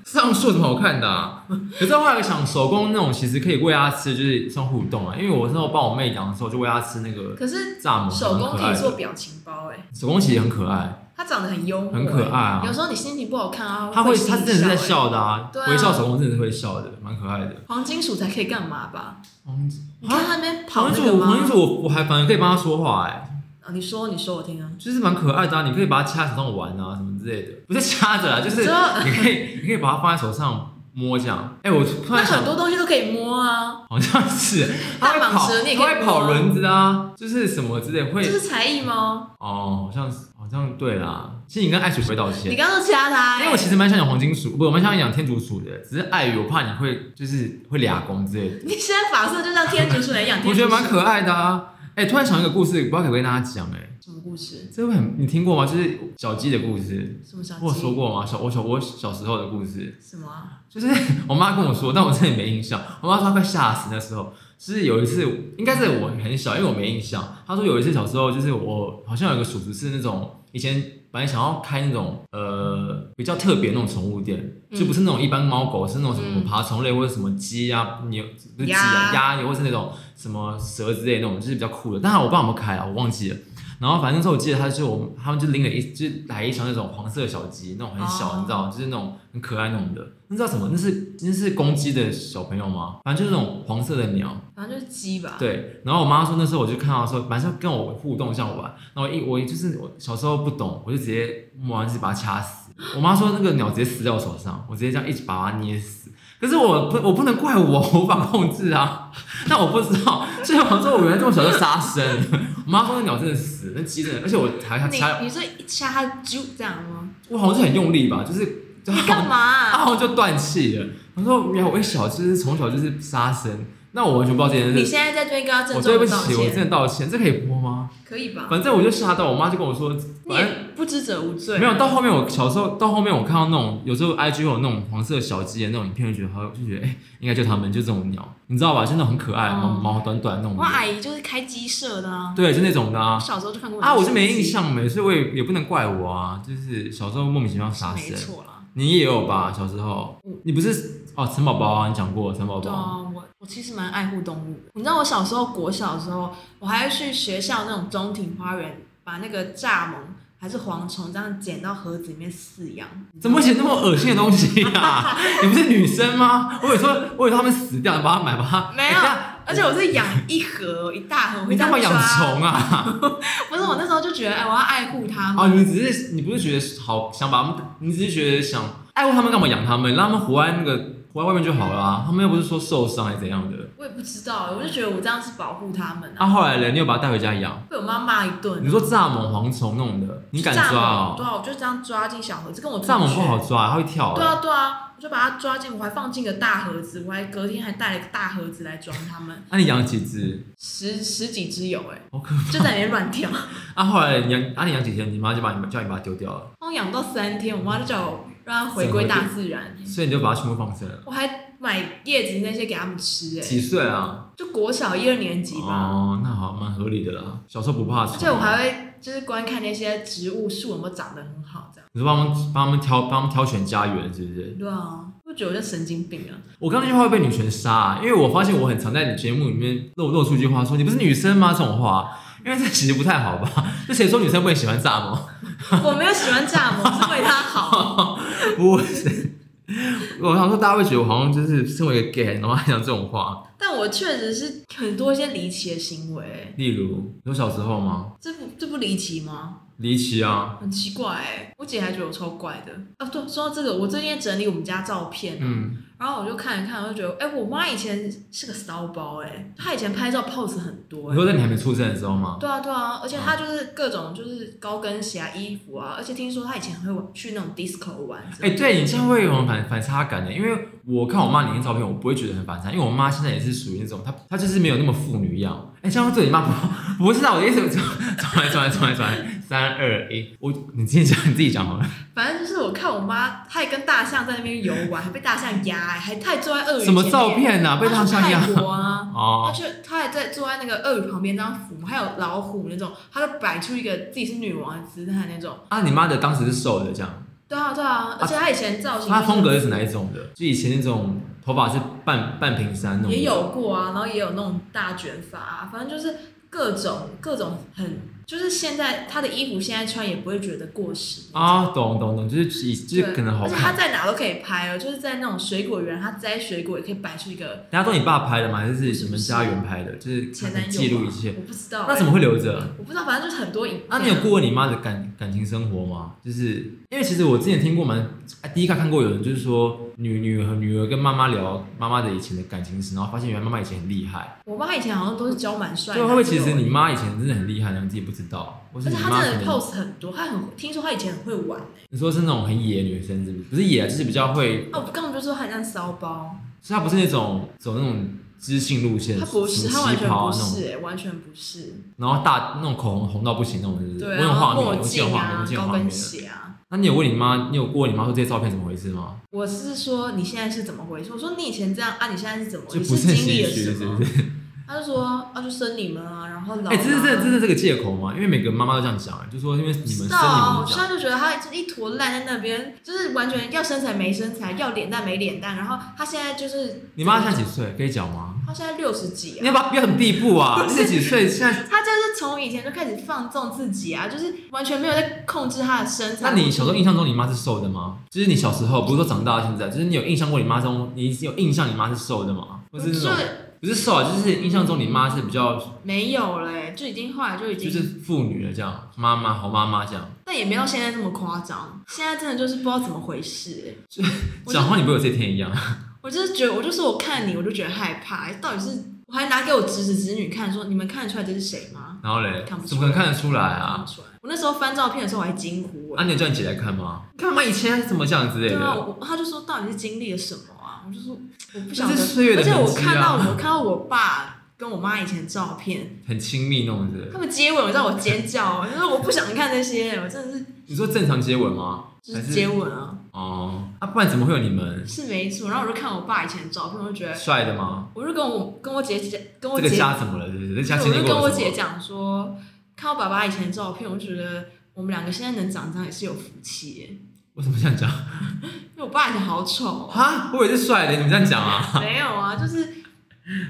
Speaker 1: 上树怎么好看的、啊？可是后来想手工那种其实可以喂它吃，就是算互动啊。因为我那时候帮我妹养的时候就喂它吃那个
Speaker 2: 可是
Speaker 1: 蚱蜢，
Speaker 2: 手工
Speaker 1: 很可
Speaker 2: 可
Speaker 1: 爱
Speaker 2: 以做
Speaker 1: 的。
Speaker 2: 表情包哎、
Speaker 1: 手工其实很可爱，
Speaker 2: 它长得很幽默、欸
Speaker 1: 很可爱啊
Speaker 2: 有时候你心情不好看啊，
Speaker 1: 它会
Speaker 2: 心
Speaker 1: 它
Speaker 2: 里
Speaker 1: 真的是
Speaker 2: 欸。
Speaker 1: 在笑的啊，
Speaker 2: 对啊
Speaker 1: 微笑手工真的是会笑的，蛮可爱的。
Speaker 2: 黄金鼠才可以干嘛吧？
Speaker 1: 黄
Speaker 2: 你看它那边跑
Speaker 1: 黄
Speaker 2: 那
Speaker 1: 金
Speaker 2: 个
Speaker 1: 鼠，
Speaker 2: 吗？
Speaker 1: 啊黄金鼠我我还反而可以帮它说话哎、
Speaker 2: 啊你说你说我听啊。
Speaker 1: 就是蛮可爱的啊，你可以把它掐手上玩啊，什么之类的，不是掐着啦，就是
Speaker 2: 知道
Speaker 1: 你可以你可以把它放在手上摸这样。哎、我突
Speaker 2: 那
Speaker 1: 然想
Speaker 2: 很，多东西都可以摸啊，
Speaker 1: 好像是
Speaker 2: [LAUGHS]
Speaker 1: 它
Speaker 2: 大
Speaker 1: 会
Speaker 2: 蟒
Speaker 1: 跑，
Speaker 2: 蛇你也可
Speaker 1: 它
Speaker 2: 以
Speaker 1: 会
Speaker 2: 摸啊
Speaker 1: 跑轮子啊，就是什么之类
Speaker 2: 这
Speaker 1: 会
Speaker 2: 是才艺吗？
Speaker 1: 哦，好像是好像对啦。其实你跟爱鼠回道歉
Speaker 2: 你，刚刚说掐它、欸，
Speaker 1: 因为我其实蛮想养黄金鼠，不，我蛮想养天竺鼠的，只是碍于我怕你会就是会俩公之类的，
Speaker 2: 你现在法式就像天竺鼠来养天竺鼠，
Speaker 1: 我觉得蛮可爱的啊。哎、突然想一个故事，不知道可不可以跟大家讲哎、
Speaker 2: 什么故事？
Speaker 1: 这会很你听过吗？就是小鸡的故事。
Speaker 2: 什么小鸡？
Speaker 1: 我有说过吗？小我小我小时候的故事，
Speaker 2: 什么啊、
Speaker 1: 就是 [LAUGHS] 我妈跟我说，但我真的没印象。我妈说她快吓死那时候，就是有一次，应该是我很小，因为我没印象。她说有一次小时候，就是我好像有个叔叔是那种以前本来想要开那种呃比较特别那种宠物店，
Speaker 2: 嗯
Speaker 1: 就不是那种一般猫狗，是那种什么
Speaker 2: 嗯
Speaker 1: 爬虫类或者什么鸡啊、牛不是鸡啊、鸭牛，或是那种什么蛇之类的那种，就是比较酷的。但是我不知道有没有开啊，我忘记了。然后反正那时候我记得他就我们他们就拎了一就来一箱那种黄色小鸡，那种很小，
Speaker 2: 哦
Speaker 1: 你知道，就是那种很可爱那种的。那知道什么？那是那是公鸡的小朋友吗？反正就是那种黄色的鸟。
Speaker 2: 反正就是鸡吧。
Speaker 1: 对，然后我妈说那时候我就看到说，反正跟我互动这样玩，然后一我就是我小时候不懂，我就直接摸完就是把它掐死。我妈说那个鸟直接死在我手上，我直接这样一直把它捏死。可是我不我不能怪我，我无法控制啊。那我不知道，所以我说我原来这么小就杀生。我妈说那鸟真的死，那鸡真的，而且我还还掐，
Speaker 2: 你你是一掐它啾这样吗？
Speaker 1: 我好像是很用力吧，就是就
Speaker 2: 你干嘛啊、
Speaker 1: 然后就断气了。我说原来我一小就是从小就是杀生，那我完全不知道这件
Speaker 2: 你
Speaker 1: 事。
Speaker 2: 现在在这边跟他
Speaker 1: 我
Speaker 2: 郑重
Speaker 1: 对不
Speaker 2: 地
Speaker 1: 起
Speaker 2: 道，
Speaker 1: 我真
Speaker 2: 歉，
Speaker 1: 的道歉，这可以播吗？
Speaker 2: 可以吧？
Speaker 1: 反正我就吓到，我妈就跟我说，
Speaker 2: 你
Speaker 1: 反正
Speaker 2: 也不知者无罪，
Speaker 1: 没有。到后面，我小时候到后面，我看到那种有时候 IG 会有那种黄色小鸡的那种影片，就觉得好，就觉得哎、应该就它们，就这种鸟，你知道吧？就那种很可爱，毛
Speaker 2: 哦
Speaker 1: 毛短短那种
Speaker 2: 我，阿姨就是开鸡舍的啊，
Speaker 1: 对，就那种的
Speaker 2: 我
Speaker 1: 啊。
Speaker 2: 小时候就看过
Speaker 1: 啊，我就没印
Speaker 2: 鸡
Speaker 1: 象没，所以我也也不能怪我啊，就是小时候莫名其妙杀
Speaker 2: 没
Speaker 1: 生，
Speaker 2: 错啦。
Speaker 1: 你也有吧？小时候你不是哦，陈宝宝啊，你讲过陈宝
Speaker 2: 对
Speaker 1: 宝，
Speaker 2: 啊，我我其实蛮爱护动物的。你知道我小时候国小的时候，我还会去学校那种中庭花园，把那个蚱蜢还是蝗虫这样捡到盒子里面饲
Speaker 1: [LAUGHS]
Speaker 2: 养。
Speaker 1: 怎么会写那么恶心的东西呀、
Speaker 2: [LAUGHS]
Speaker 1: 你不是女生吗？我有说，我以为他们死掉，你把它买吧。它
Speaker 2: 没有
Speaker 1: 哎等一下
Speaker 2: 而且我是养一盒一大盒，我会
Speaker 1: [LAUGHS] 你
Speaker 2: 这
Speaker 1: 干
Speaker 2: 样
Speaker 1: 嘛
Speaker 2: 抓
Speaker 1: 养？虫啊？
Speaker 2: [LAUGHS] 不是我那时候就觉得，哎，我要爱护它们。
Speaker 1: 哦，你只是你不是觉得好想把他们，你只是觉得想爱护他们干嘛养他们，让他们活在那个活在外面就好啦。他们又不是说受伤还是怎样的。
Speaker 2: 我也不知道，我就觉得我这样是保护他们啊，
Speaker 1: 啊，后来人又把它带回家养。
Speaker 2: 被我妈骂一顿。
Speaker 1: 你说蚱蜢、蝗虫那种的，你敢抓
Speaker 2: 蚱蜢对
Speaker 1: 哦？
Speaker 2: 啊，我就这样抓进小盒子，跟我同
Speaker 1: 蚱蜢不
Speaker 2: 学
Speaker 1: 好抓，它会跳
Speaker 2: 对
Speaker 1: 欸。
Speaker 2: 啊，对啊，我就把它抓进，我还放进个大盒子，我还隔天还带了个大盒子来装它们，
Speaker 1: 啊那你养几只？
Speaker 2: 十十几只有哎、
Speaker 1: 好可
Speaker 2: 就在里面乱跳。 [LAUGHS]
Speaker 1: 啊，后来你养，啊你养几天，你妈就把你叫你把它丢掉了，
Speaker 2: 我养到三天，我妈就叫我让它回归大自然、
Speaker 1: 所以你就把它全部放生了。
Speaker 2: 我还买叶子那些给它们吃哎、
Speaker 1: 几岁啊？
Speaker 2: 就国小一二年级吧，
Speaker 1: 哦，那好，蛮合理的啦。小时候不怕虫。
Speaker 2: 而
Speaker 1: 啊
Speaker 2: 且我还会就是观看那些植物树有没有长得很好这样。
Speaker 1: 你说帮他们帮他们挑帮他们挑选家园是不是？
Speaker 2: 对啊，我觉得我像神经
Speaker 1: [LAUGHS]
Speaker 2: 病啊，
Speaker 1: 我刚刚那句话会被女权杀、啊，因为我发现我很常在你节目里面漏露出一句话说你不是女生吗？这种话，因为这其实不太好吧？ [LAUGHS] 这谁说女生不能喜欢蚱
Speaker 2: [LAUGHS]
Speaker 1: 蜢？
Speaker 2: 我没有喜欢蚱蜢，是为它好。 [LAUGHS]
Speaker 1: 不是，我想说大家会觉得我好像就是身为一个 gay，然后还讲这种话。
Speaker 2: 但我确实是很多一些离奇的行为、欸，
Speaker 1: 例如，有小时候吗？
Speaker 2: 这不这不离奇吗？
Speaker 1: 离奇啊，
Speaker 2: 很奇怪哎、我姐还觉得我超怪的。啊，对，说到这个，我最近在整理我们家照片，
Speaker 1: 嗯，
Speaker 2: 然后我就看一看，我就觉得，哎、我妈以前是个骚包哎、她以前拍照 pose 很多、
Speaker 1: 你说
Speaker 2: 欸。
Speaker 1: 在你还没出生的时候吗？
Speaker 2: 对啊，对啊，而且她就是各种就是高跟鞋啊、衣服啊，而且听说她以前还会去那种 disco 玩。
Speaker 1: 哎、对你这样会有种反反差感的，因为我看我妈年轻照片，我不会觉得很反差，因为我妈现在也是属于那种她她就是没有那么妇女样。哎、这样会对你妈不好？ [LAUGHS] 不是啊，我的意思，重来重来重来重来，三二一，我你自己讲你自己讲好了。
Speaker 2: 反正就是我看我妈，她也跟大象在那边游玩，还被大象压、欸，还她还坐在鳄鱼
Speaker 1: 什么
Speaker 2: 前
Speaker 1: 照
Speaker 2: 面？
Speaker 1: 片呐、啊？被大象
Speaker 2: 她
Speaker 1: 压
Speaker 2: 去泰国啊，他
Speaker 1: 哦，
Speaker 2: 就他还在坐在那个鳄鱼旁边这样扶，还有老虎那种，他就摆出一个自己是女王的姿态那种。
Speaker 1: 啊，你妈的当时是瘦的这样。
Speaker 2: 对啊，对啊，而且他以前造型、
Speaker 1: 他风格是哪一种的？就以前那种头发是半半平山那种，
Speaker 2: 也有过啊，然后也有那种大卷发、啊，反正就是各种各种很，就是现在他的衣服现在穿也不会觉得过时。
Speaker 1: 啊，懂懂懂，就是以就是
Speaker 2: 对
Speaker 1: 可能好
Speaker 2: 而且他
Speaker 1: 看。
Speaker 2: 在哪都可以拍哦，就是在那种水果园，他摘水果也可以摆出一个
Speaker 1: 大家都你爸拍的吗？还是
Speaker 2: 是
Speaker 1: 你们家园拍的？就是
Speaker 2: 前男友吧。
Speaker 1: 记录一切。
Speaker 2: 我不知道、欸
Speaker 1: 那怎么？会留着？
Speaker 2: 我不知道，反正就是很多影片。
Speaker 1: 那、啊你有过问你妈的感感情生活吗？就是因为其实我之前听过蛮，啊第一看看过有人就是说女女和女儿跟妈妈聊妈妈的以前的感情史，然后发现原来妈妈以前很厉害。
Speaker 2: 我妈以前好像都是教蛮帅
Speaker 1: 所
Speaker 2: 的。
Speaker 1: 以会啊不会其实你妈以前真的很厉害，然后你自己不知道？或是
Speaker 2: 而
Speaker 1: 你
Speaker 2: 且
Speaker 1: 妈
Speaker 2: 她真
Speaker 1: 可
Speaker 2: 的
Speaker 1: 能
Speaker 2: pose 很多，她很听说她以前很会玩欸
Speaker 1: 你说是那种很野的女生，是不是？不是野，就是比较会
Speaker 2: 啊，我刚刚就说她很像骚包，
Speaker 1: 所以他不是那种走那种知性路线，
Speaker 2: 她不是，
Speaker 1: 什
Speaker 2: 她
Speaker 1: 么
Speaker 2: 完
Speaker 1: 旗
Speaker 2: 全
Speaker 1: 袍
Speaker 2: 不
Speaker 1: 啊那种，
Speaker 2: 是、欸，完全不是。
Speaker 1: 然后大那种口红红到不行那种，是不是？
Speaker 2: 对
Speaker 1: 我有
Speaker 2: 啊，
Speaker 1: 画面，
Speaker 2: 墨
Speaker 1: 我记得有
Speaker 2: 镜
Speaker 1: 画面，我
Speaker 2: 啊
Speaker 1: 记，得有
Speaker 2: 高
Speaker 1: 画面
Speaker 2: 跟
Speaker 1: 的。
Speaker 2: 鞋啊。
Speaker 1: 那你有问你妈，你有过你妈说这些照片怎么回事吗？
Speaker 2: 我是说你现在是怎么回事？我说你以前这样啊，你现在是怎么？
Speaker 1: 就
Speaker 2: 你
Speaker 1: 不是很
Speaker 2: 经历
Speaker 1: 心
Speaker 2: 了
Speaker 1: 虚，
Speaker 2: 什
Speaker 1: 是
Speaker 2: 么
Speaker 1: 不？是？
Speaker 2: 她就说啊，就生你们啊，然后老了啊。
Speaker 1: 哎，这是这这是这个借口吗？因为每个妈妈都这样讲，哎就说因为你们生
Speaker 2: 知
Speaker 1: 你
Speaker 2: 道啊，
Speaker 1: 们
Speaker 2: 我现
Speaker 1: 讲，
Speaker 2: 在就觉得她一坨烂在那边，就是完全要身材没身材，要脸蛋没脸蛋，然后她现在就是
Speaker 1: 你妈现在几岁？可以讲吗？
Speaker 2: 她现在六十几啊
Speaker 1: 你，要不要不要很地步
Speaker 2: [LAUGHS]
Speaker 1: 啊？现在几岁？现在？
Speaker 2: 他就是从以前就开始放纵自己啊，就是完全没有在控制他的身材。
Speaker 1: 那你小时候印象中你妈是瘦的吗？就是你小时候，不是说长大到现在，就是你有印象过你妈中，你有印象你妈是瘦的吗？
Speaker 2: 我
Speaker 1: 或是那
Speaker 2: 就
Speaker 1: 种不是瘦啊，就是印象中你妈是比较
Speaker 2: 没有嘞、就已经后来就已经，
Speaker 1: 就是妇女的这样，妈妈好妈妈这样。
Speaker 2: 但也没有现在这么夸张。现在真的就是不知道怎么回事、我就
Speaker 1: 讲话你不会有这天一样，
Speaker 2: 我就是觉得，我就说我看你，我就觉得害怕，到底是我还拿给我侄子侄女看，说你们看得出来这是谁吗？
Speaker 1: 然后嘞
Speaker 2: 看不，出来
Speaker 1: 怎么可能看得出来
Speaker 2: 看
Speaker 1: 啊？
Speaker 2: 不出来。我那时候翻照片的时候，我还惊呼、
Speaker 1: 啊，
Speaker 2: 欸，
Speaker 1: 你有叫你姐来看吗？你看妈妈以前怎么这样之类
Speaker 2: 对啊，
Speaker 1: 的，
Speaker 2: 我他就说到底是经历了什么啊？我就说我不
Speaker 1: 这
Speaker 2: 晓得
Speaker 1: 是，岁月
Speaker 2: 而
Speaker 1: 的
Speaker 2: 且
Speaker 1: 痕
Speaker 2: 我
Speaker 1: 迹
Speaker 2: 看到
Speaker 1: 啊，
Speaker 2: 我看到我爸跟我妈以前的照片。
Speaker 1: 很亲密那种子。
Speaker 2: 他们接吻，我让我尖叫，因为我不想看那些，我真的是
Speaker 1: 你说正常接吻吗？
Speaker 2: 就是接吻啊，
Speaker 1: 哦，啊，不然怎么会有你们
Speaker 2: 是没错。然后我就看我爸以前的照片，我就觉得，
Speaker 1: 帅的吗？
Speaker 2: 我就跟我跟我姐姐跟我
Speaker 1: 这个
Speaker 2: 姐，
Speaker 1: 家怎么了？是不是？这
Speaker 2: 对
Speaker 1: 家
Speaker 2: 我
Speaker 1: 经历
Speaker 2: 就
Speaker 1: 过
Speaker 2: 跟我
Speaker 1: 了什
Speaker 2: 姐
Speaker 1: 么？
Speaker 2: 讲说，看我爸爸以前的照片，我就觉得我们两个现在能长这样也是有福气耶，
Speaker 1: 为什么这样讲？
Speaker 2: 因为我爸以前好丑哦、 [LAUGHS]
Speaker 1: 哈，我以为是帅的，你怎么这样讲啊？
Speaker 2: 没有啊，就是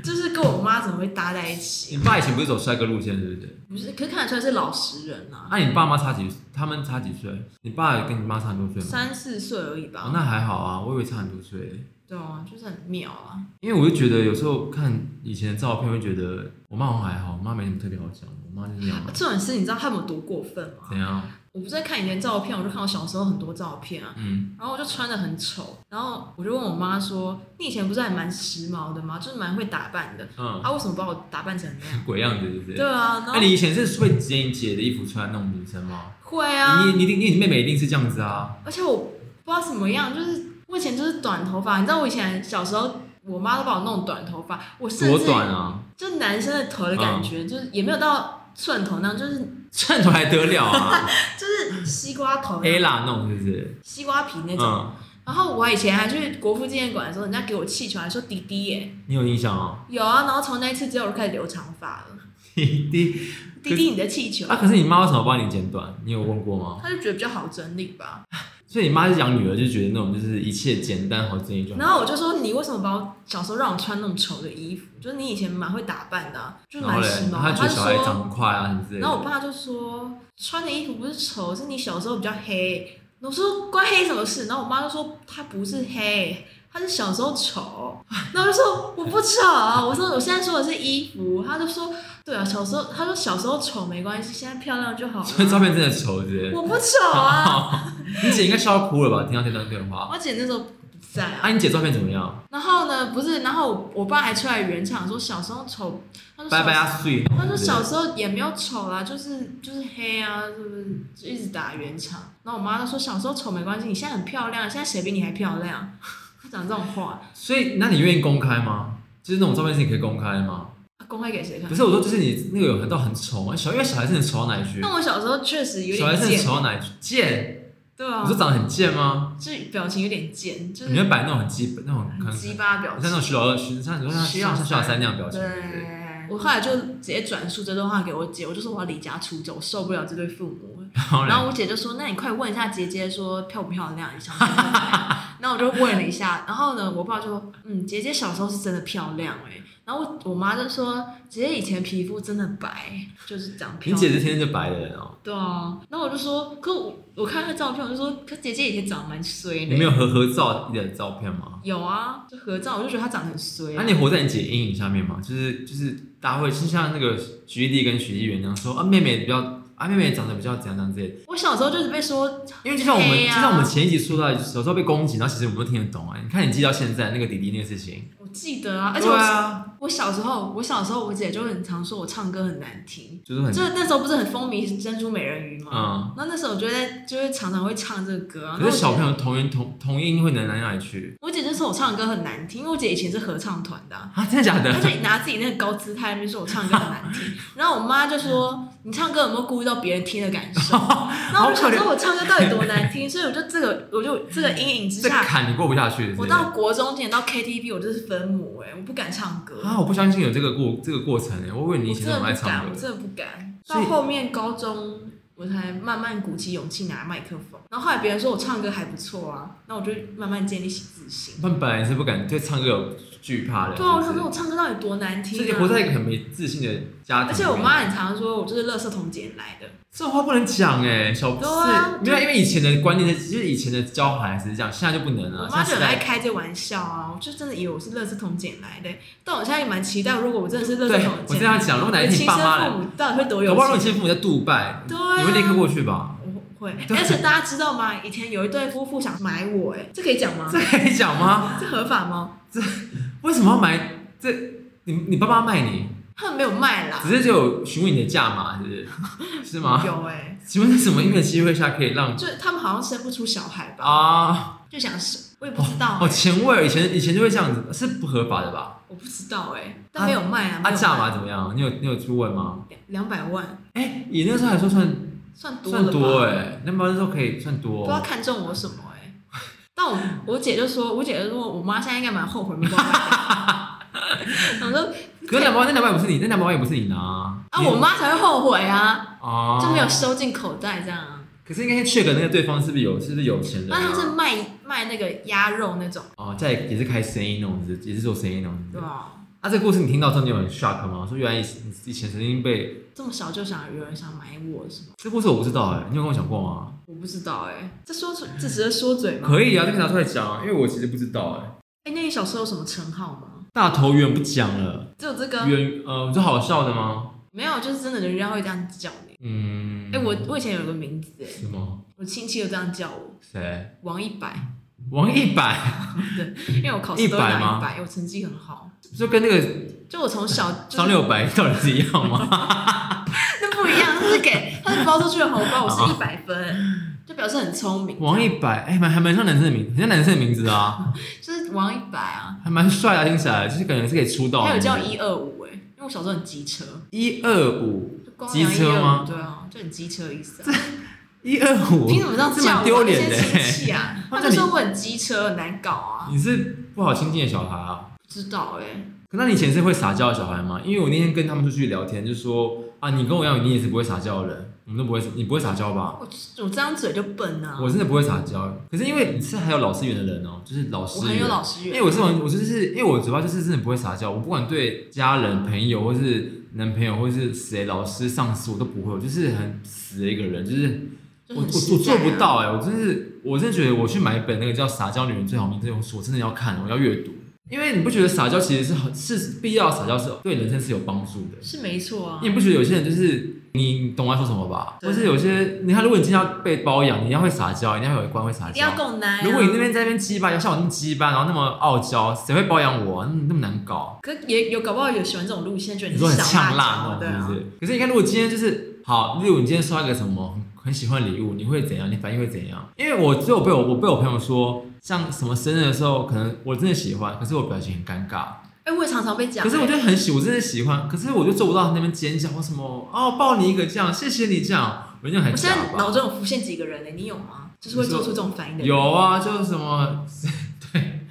Speaker 2: 就是跟我妈怎么会搭在一起啊
Speaker 1: 你？爸以前不是走帅哥路线，是不是？
Speaker 2: 不是，可是看得出来是老实人啊，
Speaker 1: 那、你爸妈差几？他们差几岁？你爸跟你妈差很多岁吗？
Speaker 2: 三四岁而已
Speaker 1: 哦，
Speaker 2: 吧，
Speaker 1: 那还好啊，我以为差很多岁。
Speaker 2: 对啊，就是很妙啊。
Speaker 1: 因为我就觉得有时候看以前的照片，会觉得我妈好像还好，我妈没什么特别好讲，我妈就是那样，
Speaker 2: 这种事你知道他们有多过分吗？
Speaker 1: 怎样？
Speaker 2: 我不是在看以前照片，我就看我小时候很多照片啊，
Speaker 1: 嗯，
Speaker 2: 然后我就穿的很丑，然后我就问我妈说：“你以前不是还蛮时髦的吗？就是蛮会打扮的，
Speaker 1: 嗯，
Speaker 2: 啊，为什么把我打扮成那
Speaker 1: [LAUGHS]
Speaker 2: 样
Speaker 1: 鬼样子是不？”
Speaker 2: 对
Speaker 1: 是？
Speaker 2: 啊，然
Speaker 1: 那、
Speaker 2: 后
Speaker 1: 你以前是会姐姐的衣服穿那种女生吗？
Speaker 2: 会啊，
Speaker 1: 你你一定你妹妹一定是这样子啊，
Speaker 2: 而且我不知道什么样，就是我以前就是短头发，你知道我以前小时候，我妈都把我弄短头发，我甚
Speaker 1: 多
Speaker 2: 至
Speaker 1: 短啊， [LAUGHS] 嗯
Speaker 2: 就男生的头的感觉，就是也没有到寸头那样，就是
Speaker 1: 寸头还得了
Speaker 2: [LAUGHS]
Speaker 1: 啊
Speaker 2: 就是西瓜头那
Speaker 1: ？A
Speaker 2: 样、
Speaker 1: 啦弄是不是？
Speaker 2: 西瓜皮那种。
Speaker 1: 嗯，
Speaker 2: 然后我以前还去国父纪念馆的时候，人家给我气球，还说滴滴耶，
Speaker 1: 你有印象哦？ [LAUGHS]
Speaker 2: 有啊。然后从那一次之后，我就开始留长发了。
Speaker 1: 弟弟
Speaker 2: 滴滴你的气球，
Speaker 1: 啊，可是你妈为什么帮你剪短？你有问过吗？
Speaker 2: 她就觉得比较好整理吧。
Speaker 1: 所以你妈是养女儿，就觉得那种就是一切简单好整理就好。
Speaker 2: 然后我就说，你为什么把我小时候让我穿那么丑的衣服？就是你以前蛮会打扮的、啊，就是
Speaker 1: 然后
Speaker 2: 蛮
Speaker 1: 嘞
Speaker 2: 时，髦
Speaker 1: 她
Speaker 2: 的。
Speaker 1: 觉得
Speaker 2: 她就
Speaker 1: 小孩长
Speaker 2: 说，
Speaker 1: 得快啊什么之类的。
Speaker 2: 然后我爸就说，穿的衣服不是丑，是你小时候比较黑。我说关黑什么事？然后我妈就说，她不是黑，她是小时候丑。然后我就说我不丑，我说我现在说的是衣服。她就说，对啊，小时候她说小时候丑没关系，现在漂亮就好
Speaker 1: [LAUGHS] 所以照
Speaker 2: 了。
Speaker 1: 片真的丑，是不是？
Speaker 2: 我不丑啊，
Speaker 1: [LAUGHS] 你姐应该笑哭了吧？听到这段对话。
Speaker 2: 我姐那时候不在啊。
Speaker 1: 啊，你姐照片怎么样？
Speaker 2: 然后呢，不是，然后我我爸还出来圆场说小时候丑，他说
Speaker 1: 拜
Speaker 2: 小
Speaker 1: 拜啊，碎。
Speaker 2: 他说小时候也没有丑啦，就是就是黑啊，是不是？就一直打圆场。然后我妈就说小时候丑没关系，你现在很漂亮，现在谁比你还漂亮？ [LAUGHS] 她讲这种话，
Speaker 1: 所以，那你愿意公开吗？就是那种照片是你可以公开的吗？
Speaker 2: 她公开给谁看
Speaker 1: 不？是，我说就是你那个有很到很丑吗？小因为小孩真的丑到哪里去？
Speaker 2: 但我小时候确实有
Speaker 1: 小孩
Speaker 2: 点
Speaker 1: 真的
Speaker 2: 贱，
Speaker 1: 丑到哪里去？贱？
Speaker 2: 对
Speaker 1: 你
Speaker 2: 啊
Speaker 1: 说，长得很贱吗？
Speaker 2: 就是表情有点贱，就
Speaker 1: 你会
Speaker 2: 是
Speaker 1: 摆那种很基本那种
Speaker 2: 很
Speaker 1: 很
Speaker 2: 鸡巴表
Speaker 1: 像
Speaker 2: 情
Speaker 1: 那种。徐老二、徐像像
Speaker 2: 徐老
Speaker 1: 像
Speaker 2: 三
Speaker 1: 像徐老三那样表情，
Speaker 2: 嗯对
Speaker 1: 对不对？，
Speaker 2: 我后来就直接转述这段话给我姐，我就说我要离家出走，我受不了这对父母了。
Speaker 1: 然后
Speaker 2: 然
Speaker 1: 呢？
Speaker 2: 后我姐就说：“那你快问一下姐姐说漂不漂亮，你想不想买
Speaker 1: [LAUGHS]
Speaker 2: 啊？”然后我就问了一下，然后呢，我爸就说：“嗯，姐姐小时候是真的漂亮哎、然后我我妈就说：“嗯姐姐以前皮肤真的白，就是长
Speaker 1: 你
Speaker 2: 漂
Speaker 1: 姐
Speaker 2: 亮。
Speaker 1: 是天生就白的人哦，”
Speaker 2: 对啊，然后我就说：“可我我看那照片，我就说，可姐姐以前长得蛮衰
Speaker 1: 你
Speaker 2: 的、
Speaker 1: 没有合合照你的照片吗？
Speaker 2: 有啊，就合照，我就觉得她长得很衰、啊
Speaker 1: 啊那、你活在你姐阴影下面嘛？就是就是大家会就像那个徐丽跟徐艺媛那样说啊，妹妹比较啊，妹妹长得比较怎样怎样之类的。
Speaker 2: 我小时候就是被说
Speaker 1: 因为就像我们、
Speaker 2: 对啊
Speaker 1: 就像我们前一集说到，小时候被攻击，然后其实我们都听得懂啊。你看你记到现在那个弟弟那个事情，
Speaker 2: 我记得啊，而且我、
Speaker 1: 对啊，
Speaker 2: 我小时候，我小时候我姐就很常说我唱歌很难听，
Speaker 1: 就是很
Speaker 2: 就那时候不是很风靡珍珠美人鱼吗？
Speaker 1: 嗯
Speaker 2: 然后那时候我就在就会常常会唱这个歌啊。
Speaker 1: 可是小
Speaker 2: 然后
Speaker 1: 朋友同音同同音会难难哪里去
Speaker 2: 我姐，我姐就说我唱的歌很难听，因为我姐以前是合唱团的
Speaker 1: [LAUGHS]
Speaker 2: 啊、
Speaker 1: 啊？真的假
Speaker 2: 她
Speaker 1: 的？
Speaker 2: 就拿自己那个高姿态那边说我唱歌很难
Speaker 1: [LAUGHS]
Speaker 2: 听，然后我妈就说你唱歌有没有顾虑到别人听的感
Speaker 1: [LAUGHS]
Speaker 2: 受？然后我就想说我唱歌到底多难听，所以我就这个我就这个阴影之
Speaker 1: 这
Speaker 2: 下，
Speaker 1: 坎你过不下去是不
Speaker 2: 我
Speaker 1: 是
Speaker 2: 到国中点到 KTV 我就是分母哎、我不敢唱歌。
Speaker 1: 啊！我不相信有这个过这个过程哎，我以为你
Speaker 2: 我
Speaker 1: 以
Speaker 2: 真
Speaker 1: 前
Speaker 2: 的
Speaker 1: 很爱
Speaker 2: 不敢，
Speaker 1: 唱
Speaker 2: 我
Speaker 1: 歌。
Speaker 2: 真的不敢。
Speaker 1: 所
Speaker 2: 到
Speaker 1: 以
Speaker 2: 后面高中，我才慢慢鼓起勇气拿麦克风。然后后来别人说我唱歌还不错啊，那我就慢慢建立起自信。
Speaker 1: 他们本来是不敢对唱歌有惧怕的，
Speaker 2: 对啊，我
Speaker 1: 是
Speaker 2: 想
Speaker 1: 不
Speaker 2: 说
Speaker 1: 是
Speaker 2: 我唱歌到底多难听、啊。
Speaker 1: 所以你活在一个很没自信的家庭里面。
Speaker 2: 而且我妈很常说我就是垃圾桶捡来的。
Speaker 1: 这种话不能讲哎、小
Speaker 2: 对啊
Speaker 1: 是没有，因为以前的观念是，就是以前的教孩子是这样，现在就不能嗯了。
Speaker 2: 我妈就
Speaker 1: 现
Speaker 2: 很爱
Speaker 1: 在
Speaker 2: 开这玩笑啊，我就真的以为我是垃圾桶捡来的、但我现在也蛮期待，如果我真的是垃圾
Speaker 1: 对
Speaker 2: 桶
Speaker 1: 我
Speaker 2: 捡
Speaker 1: 这
Speaker 2: 来
Speaker 1: 样
Speaker 2: 的，
Speaker 1: 讲，如果
Speaker 2: 我的
Speaker 1: 哪一天你
Speaker 2: 亲
Speaker 1: 爸
Speaker 2: 生
Speaker 1: 妈来
Speaker 2: 父，母到底会多
Speaker 1: 搞
Speaker 2: 有
Speaker 1: 不好如果你
Speaker 2: 钱？
Speaker 1: 亲生父母在杜拜，
Speaker 2: 对啊
Speaker 1: 你会立刻过去吧？
Speaker 2: 我会，
Speaker 1: 对
Speaker 2: 而且大家知道吗？以前有一对夫妇想买我、哎，这可以讲吗
Speaker 1: [LAUGHS] 这？可以讲吗？
Speaker 2: 这合法吗？
Speaker 1: 为什么要买这？你你爸妈卖你，
Speaker 2: 他们没有卖啦，
Speaker 1: 只是就有询问你的价码，是不是？
Speaker 2: [LAUGHS]
Speaker 1: 是吗？
Speaker 2: 有哎、
Speaker 1: 请问是什么音乐机会下可以让
Speaker 2: 就他们好像生不出小孩吧，
Speaker 1: 啊？
Speaker 2: 就想生，我也不知道、欸
Speaker 1: 哦，前卫，以前以前就会这样子，是不合法的吧？
Speaker 2: 我不知道哎、但没有卖啊，
Speaker 1: 啊，价码
Speaker 2: 嘛，
Speaker 1: 怎么样？你有你有去问吗？
Speaker 2: 两百万
Speaker 1: 哎、以那时候来说算
Speaker 2: 算多了
Speaker 1: 算
Speaker 2: 吧？啊
Speaker 1: 多哎、欸，那么那时候可以算
Speaker 2: 不
Speaker 1: 多、哦。
Speaker 2: 知道看中我什么哎、但我我姐就说，我姐就说我妈现在应该蛮后悔没帮我买
Speaker 1: [LAUGHS]
Speaker 2: 的。我说
Speaker 1: 可是两百万，那两百万不是你，那两百万也不是你拿啊
Speaker 2: 啊，我妈才会后悔啊，
Speaker 1: 啊
Speaker 2: 就没有。收进口袋这样啊。
Speaker 1: 可是应该先 check 那个对方是不是有，是不是有钱人、
Speaker 2: 那
Speaker 1: 啊？
Speaker 2: 她是卖卖那个鸭肉那种，
Speaker 1: 哦，在也是开生意那种，也是做生意那种。
Speaker 2: 对吧？
Speaker 1: 啊，这个故事你听到之后，你有很 shock 吗？说原来以以前曾经被
Speaker 2: 这么小就想有人想买我是吗？
Speaker 1: 这故事我不知道哎、你有跟我讲过吗？
Speaker 2: 我不知道哎、这说出这只是说嘴吗？
Speaker 1: 可以啊，这个拿出来讲啊，因为我其实不知道哎、
Speaker 2: 哎、那你小时候有什么称号吗？
Speaker 1: 大头圆不讲了，
Speaker 2: 只有这个？啊
Speaker 1: 圆呃，你说好笑的吗？
Speaker 2: 没有，就是真的人家会这样叫你。
Speaker 1: 嗯，
Speaker 2: 哎、我我以前有个名字，哎，
Speaker 1: 什么？
Speaker 2: 我亲戚就这样叫我，
Speaker 1: 谁？
Speaker 2: 王一百，
Speaker 1: 王一百，
Speaker 2: 因为我考试都
Speaker 1: 100
Speaker 2: 拿
Speaker 1: 吗
Speaker 2: 一百，我成绩很好。
Speaker 1: 就跟那个
Speaker 2: 就我从
Speaker 1: [LAUGHS]
Speaker 2: 小就
Speaker 1: 张
Speaker 2: 是
Speaker 1: 六白到底是一样吗？
Speaker 2: [LAUGHS] 那不一样，他是给他是包出去的红
Speaker 1: [LAUGHS]
Speaker 2: 包，我是一百分，就表示很聪明。
Speaker 1: 王一百，哎，蛮还蛮像男生的名，很像男生的名字啊，
Speaker 2: 就是王一百啊，
Speaker 1: 还蛮帅啊，听起来就是感觉是可以出道的。
Speaker 2: 还有叫一二五哎，因为我小时候很机车，
Speaker 1: 一二五
Speaker 2: 就光
Speaker 1: 机车吗
Speaker 2: 125对啊，就很机车的意思啊。
Speaker 1: 一二五，
Speaker 2: 凭什么这样
Speaker 1: 这蛮
Speaker 2: 叫啊
Speaker 1: 丢
Speaker 2: 我？一
Speaker 1: 脸
Speaker 2: 些
Speaker 1: 的欸
Speaker 2: 亲戚啊，
Speaker 1: [LAUGHS] 他
Speaker 2: 他
Speaker 1: 们
Speaker 2: 们
Speaker 1: 叫
Speaker 2: 说我很机车，很难搞啊，
Speaker 1: 你是不好亲近的小孩啊。
Speaker 2: 不知道哎。
Speaker 1: 可那你以前是会撒娇的小孩吗？因为我那天跟他们出去聊天，就说啊，你跟我一样，你也是不会撒娇的人，我们都不会，你不会撒娇吧？
Speaker 2: 我我这张嘴就笨啊，
Speaker 1: 我真的不会撒娇，可是因为你是还有老师缘的人哦、就是哎老
Speaker 2: 我
Speaker 1: 师
Speaker 2: 很
Speaker 1: 缘
Speaker 2: 有。老师
Speaker 1: 因
Speaker 2: 缘，
Speaker 1: 为我是完，我就是因为我嘴巴就是真的不会撒娇，我不管对家人、朋友，或是男朋友，或是谁、老师、上司，我都不会，我就是很死的一个人，就是
Speaker 2: 就
Speaker 1: 我我
Speaker 2: 很
Speaker 1: 我
Speaker 2: 实在
Speaker 1: 做
Speaker 2: 啊
Speaker 1: 不。到哎、我真是我真的觉得我去买一本那个叫《撒娇女人最好命》这本书，我真的要看，我要阅读，因为你不觉得撒娇其实是很是必要，撒娇是对人生是有帮助的。
Speaker 2: 是没错啊
Speaker 1: 你，不觉得有些人就是你懂我在说什么吧？
Speaker 2: 对
Speaker 1: 或是有些你看，如果你今天要被包养，你要会撒娇，你要有一关会撒
Speaker 2: 一定要
Speaker 1: 娇。
Speaker 2: 够啊奶。
Speaker 1: 如果你那边在那边鸡巴，要像我那么鸡巴，然后那么傲娇，谁会包养我、啊？那那么难搞。
Speaker 2: 可也有搞不好有喜欢这种路线，觉得
Speaker 1: 你
Speaker 2: 你
Speaker 1: 说很
Speaker 2: 小辣
Speaker 1: 呛辣
Speaker 2: 椒，对
Speaker 1: 那种，
Speaker 2: 啊
Speaker 1: 是不，是？可是你看，如果今天就是好，例如你今天收到一个什么很很喜欢的礼物，你会怎样？你反应会怎样？因为我只有被我我被我朋友说，像什么生日的时候，可能我真的喜欢，可是我表情很尴尬。
Speaker 2: 哎，我也常常被讲。
Speaker 1: 可是我就很喜，我真的喜欢，可是我就做不到那边尖叫或什么哦，抱你一个这样，谢谢你这样，我就很
Speaker 2: 我现
Speaker 1: 假
Speaker 2: 在脑
Speaker 1: 吧。
Speaker 2: 中有浮现几个人呢、你有吗？就是会做出这种反应的人。
Speaker 1: 有啊，就是什么，对，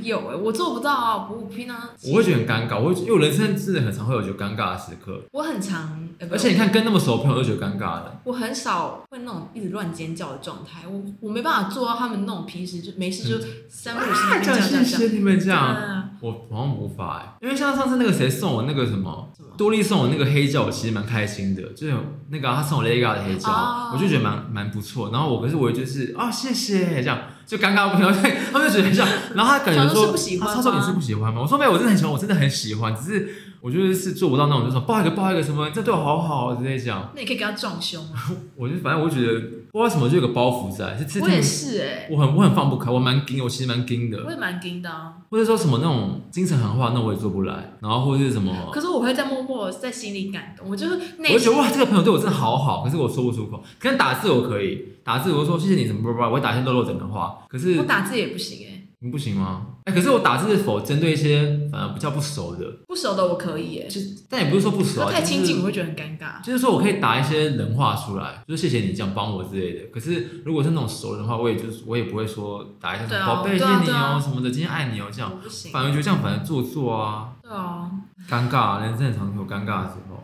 Speaker 2: 有哎、我做不到啊！我不平常
Speaker 1: 我会觉得很尴尬，我会觉得因为我人生真的很常会有觉得尴尬的时刻，
Speaker 2: 我很常，呃、不
Speaker 1: 而且你看跟那么熟的朋友都觉得尴尬的，
Speaker 2: 我很少会那种一直乱尖叫的状态，我我没办法做到他们那种平时就没事就三不五时那边
Speaker 1: 啊这
Speaker 2: 叫
Speaker 1: 样
Speaker 2: 叫
Speaker 1: 谢
Speaker 2: 叫。
Speaker 1: 谢你们这样，
Speaker 2: 啊，
Speaker 1: 我好像无法哎、因为像上次那个谁送我那个什么
Speaker 2: 什么。
Speaker 1: 多莉送我那个黑胶，我其实蛮开心的，就是那个啊、他送我 Lega 的黑胶
Speaker 2: 哦
Speaker 1: 我就觉得蛮蛮不错。然后我可是我就是啊、谢谢这样，就尴尬不行，对， [LAUGHS] 他们就觉得这样。然后他感觉
Speaker 2: 小时候
Speaker 1: 说，
Speaker 2: 是不喜欢
Speaker 1: 他
Speaker 2: 吗
Speaker 1: 他说你是不喜欢吗？我说没有，我真的很喜欢，我真的很喜欢，只是我就是是做不到那种，就是说抱一个抱一个什么，这对我好好之类这样。
Speaker 2: 那你可以给他撞胸啊！
Speaker 1: 我就反正我觉得不知道为什么就有个包袱在，是是
Speaker 2: 我也是哎、
Speaker 1: 我很我很放不开，我蛮硬，我其实蛮硬的
Speaker 2: 我，也蛮盯的啊。
Speaker 1: 或者说什么那种精神喊话，那我也做不来，然后或者是什么。
Speaker 2: 可是我会在默默在心里感动，我就是内
Speaker 1: 哦嗯我就觉
Speaker 2: 心
Speaker 1: 得哇，这个朋友对我真的好好，可是我说不出口。可能打字我可以，打字我就说谢谢你什么不不，我会打一些肉肉等的话。可是
Speaker 2: 我打字也不行哎、
Speaker 1: 你不行吗？哎、可是我打字是否针对一些反而比较不熟的？
Speaker 2: 不熟的我可以哎、就是
Speaker 1: 但也不是说不熟啊，
Speaker 2: 太
Speaker 1: 就是
Speaker 2: 亲近我会觉得很尴尬。
Speaker 1: 就是说我可以打一些人话出来，就是谢谢你这样帮我之类的。可是如果是那种熟人的话，我也就是我也不会说打一些什
Speaker 2: 对
Speaker 1: 么
Speaker 2: 啊
Speaker 1: 宝贝、
Speaker 2: 对啊
Speaker 1: 谢谢你
Speaker 2: 对
Speaker 1: 哦、
Speaker 2: 啊
Speaker 1: 什么的，今天爱你哦、这样，
Speaker 2: 我不行，
Speaker 1: 反而觉得这样反而做作啊，
Speaker 2: 对啊。
Speaker 1: 尴尬、啊，人生很常有尴尬的时候。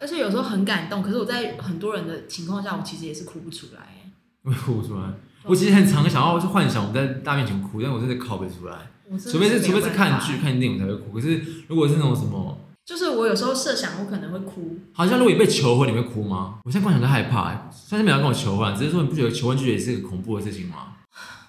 Speaker 2: 而且有时候很感动，可是我在很多人的情况下，我其实也是哭不出来欸。
Speaker 1: 我也哭不出来。 [LAUGHS] 我其实很常想要去幻想我在大面前哭，但我真的靠不出来。
Speaker 2: 我真的
Speaker 1: 除非是除
Speaker 2: 没有
Speaker 1: 非是
Speaker 2: 办
Speaker 1: 看
Speaker 2: 法
Speaker 1: 剧，看电影才会哭。可是如果是那种什么，
Speaker 2: 就是我有时候设想我可能会哭，
Speaker 1: 好像如果你被求婚，你会哭吗？我现在光想就害怕、欸。虽然没有人跟我求婚，只是说你不觉得求婚拒绝也是个恐怖的事情吗？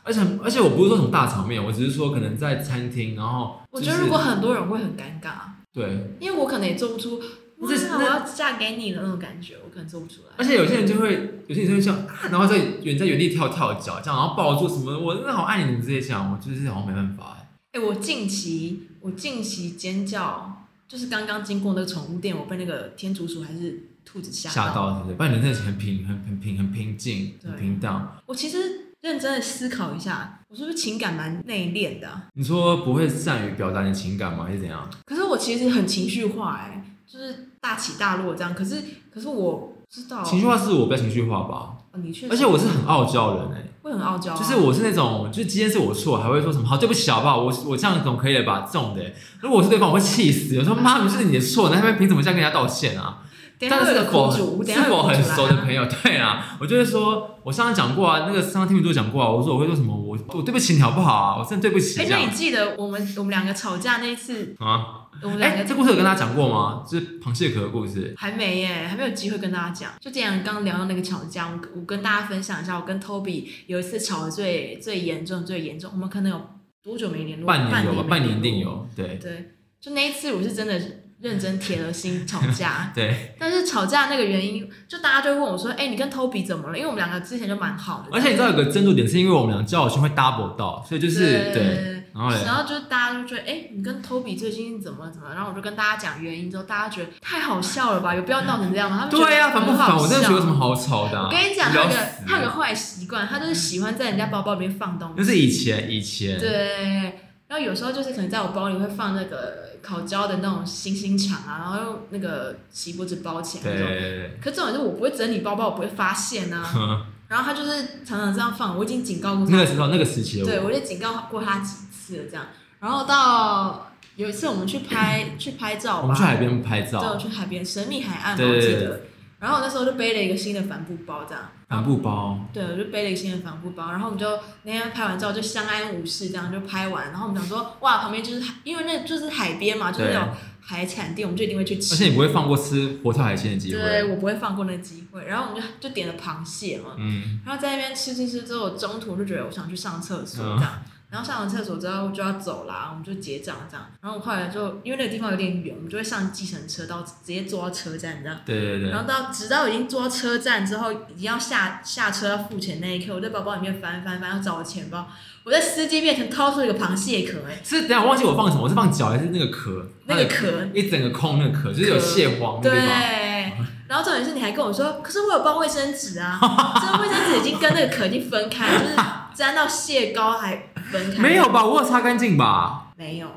Speaker 1: 而且而且我不是说什么大场面，我只是说可能在餐厅，然后、
Speaker 2: 我
Speaker 1: 就是、
Speaker 2: 觉得如果很多人会很尴尬，
Speaker 1: 对，
Speaker 2: 因为我可能也做不出哇
Speaker 1: 这是
Speaker 2: 我要嫁给你的那种感觉，我可能做不出
Speaker 1: 而
Speaker 2: 来。
Speaker 1: 且有些人就会有些人就会像啊，然后在原在原地跳跳脚，这样然后抱住什么，我真的好爱你，你这些讲，我就是好像没办法、欸。
Speaker 2: 哎、我近期我近期尖叫，就是刚刚经过那个宠物店，我被那个天竺鼠还是兔子吓
Speaker 1: 吓到，对不对？不然人真的是很平、很很平、很平静、
Speaker 2: 对
Speaker 1: 很平淡。
Speaker 2: 我其实认真的思考一下，我是不是情感蛮内敛的啊、
Speaker 1: 你说不会善于表达你的情感吗？还是怎样？
Speaker 2: 可是我其实很情绪化、哎，就是大起大落这样。可是可是我不知道
Speaker 1: 情绪化是我比较情绪化吧，
Speaker 2: 哦你确实
Speaker 1: 而且我是很傲娇的人哎、
Speaker 2: 会很傲娇啊、
Speaker 1: 就是我是那种，就是今天是我错，还会说什么好对不起好不好？我我这样总可以了吧？这种的欸、如果我是对方，我会气死。我说妈，不是你的错，那他们凭什么这样跟人家道歉啊？
Speaker 2: 嗯等一下
Speaker 1: 但
Speaker 2: 会
Speaker 1: 是
Speaker 2: 有
Speaker 1: 是
Speaker 2: 个
Speaker 1: 否
Speaker 2: 苦主，等一下
Speaker 1: 是
Speaker 2: 会有苦主
Speaker 1: 否很
Speaker 2: 来
Speaker 1: 熟
Speaker 2: 啊
Speaker 1: 的朋友？对啊，我就会说，我上次讲过啊，那个上次听你都讲过啊，我说我会说什么，我我对不起你好不好啊？我真的对不起
Speaker 2: 哎、
Speaker 1: 这
Speaker 2: 那
Speaker 1: 样
Speaker 2: 你记得我们我们两个吵架那一次，
Speaker 1: 啊。
Speaker 2: 我们两
Speaker 1: 哎、
Speaker 2: 个
Speaker 1: 这故事有跟大家讲过吗？就是螃蟹壳的故事。
Speaker 2: 还没耶，还没有机会跟大家讲。就既然刚聊到那个吵架，我我跟大家分享一下，我跟 Toby 有一次吵得最最严重最严重，我们可能有多久没联络？
Speaker 1: 半年有吧？
Speaker 2: 没
Speaker 1: 半年
Speaker 2: 联
Speaker 1: 一定
Speaker 2: 络。
Speaker 1: 有。对，，
Speaker 2: 对，就那一次我是真的认真铁了心吵架
Speaker 1: [LAUGHS] 对，
Speaker 2: 但是吵架那个原因，就大家就会问我说：“哎、你跟 Toby 怎么了？”因为我们两个之前就蛮好的，
Speaker 1: 而且你知道有个争夺点，是因为我们俩交友圈会 double 到，所以就是对，
Speaker 2: 对。
Speaker 1: 然后嘞，
Speaker 2: 然后就大家就觉得，哎、你跟 Toby 最近怎么怎么？然后我就跟大家讲原因之后，大家觉得太好笑了吧？有必要闹成这样吗？他们觉得
Speaker 1: 对呀，啊烦不
Speaker 2: 很好
Speaker 1: 烦？我真的觉得有什么
Speaker 2: 笑
Speaker 1: 好吵的啊？
Speaker 2: 我跟你讲，他
Speaker 1: 聊
Speaker 2: 有个
Speaker 1: 死
Speaker 2: 他有个坏习惯，他就是喜欢在人家包包里面放东西。
Speaker 1: 那是以前以前，
Speaker 2: 对，然后有时候就是可能在我包里会放那个烤焦的那种星星肠啊，然后用那个锡箔纸包起来那种。
Speaker 1: 对，
Speaker 2: 可这种就是我不会整理包包，我不会发现啊。
Speaker 1: [LAUGHS] 呵
Speaker 2: 然后他就是常常这样放，我已经警告过他，
Speaker 1: 那个时候那个时期的
Speaker 2: 对
Speaker 1: 我，
Speaker 2: 我就警告过他几次了这样。然后到有一次我们去拍
Speaker 1: [LAUGHS]
Speaker 2: 去拍照
Speaker 1: 我
Speaker 2: 吧
Speaker 1: 们去，海边拍
Speaker 2: 对，我
Speaker 1: 照，
Speaker 2: 去海边神秘海岸嘛，
Speaker 1: 对
Speaker 2: 我
Speaker 1: 对
Speaker 2: 记
Speaker 1: 对
Speaker 2: 得。然后我那时候就背了一个新的帆布包这样。
Speaker 1: 帆布包，
Speaker 2: 对，我就背了一个新的帆布包，然后我们就那天拍完照就相安无事，这样就拍完。然后我们想说，哇，旁边就是海，因为那就是海边嘛，就是那种海产店，我们就一定会去
Speaker 1: 而且你
Speaker 2: 吃。
Speaker 1: 不会放过吃活跳海鲜的机
Speaker 2: 对，
Speaker 1: 会，
Speaker 2: 我不会放过那机会。然后我们就就点了螃蟹嘛，
Speaker 1: 嗯，
Speaker 2: 然后在那边吃吃吃之后，我中途就觉得我想去上厕所
Speaker 1: 嗯
Speaker 2: 这样。然后上完厕所之后就要走啦，我们就结账这样。然后我后来就因为那个地方有点远，我们就会上计程车到直接坐到车站这样。
Speaker 1: 对对对
Speaker 2: 然，后到直到已经坐到车站之后，已经要下下车要付钱那一刻，我在包包里面翻翻翻，要找我钱包。我在司机面前掏出一个螃蟹壳、哎，
Speaker 1: 是等一下我忘记我放什么，我是放脚还是那个壳？
Speaker 2: 那个壳，
Speaker 1: 一整个空那个壳，就是有蟹黄的
Speaker 2: 对
Speaker 1: 地方。。
Speaker 2: 然后重点是你还跟我说，可是我有包卫生纸
Speaker 1: [LAUGHS]
Speaker 2: 啊，这个卫生纸已经跟那个壳已经分开了，就是沾到蟹膏还分开。
Speaker 1: 没有？吧？我有擦干净吧？
Speaker 2: 没有。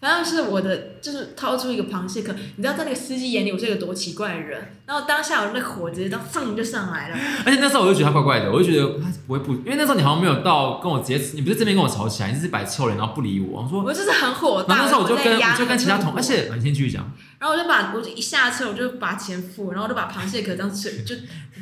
Speaker 2: 反正是我的，就是掏出一个螃蟹壳，你知道在那个司机眼里我是一个多奇怪的人，然后当下我那火直接到上就上来了，
Speaker 1: 而且那时候我就觉得他怪怪的，我就觉得他不会不，因为那时候你好像没有到跟我直接，你不是这边跟我吵起来，你只是摆臭脸然后不理我，我说，
Speaker 2: 我就是很火
Speaker 1: 然
Speaker 2: 大。
Speaker 1: 后那时候我就跟
Speaker 2: 在压
Speaker 1: 我就跟其他同，
Speaker 2: 很
Speaker 1: 而且啊你先继续讲，
Speaker 2: 然后我就把我就一下车我就把钱付，然后我就把螃蟹壳当随就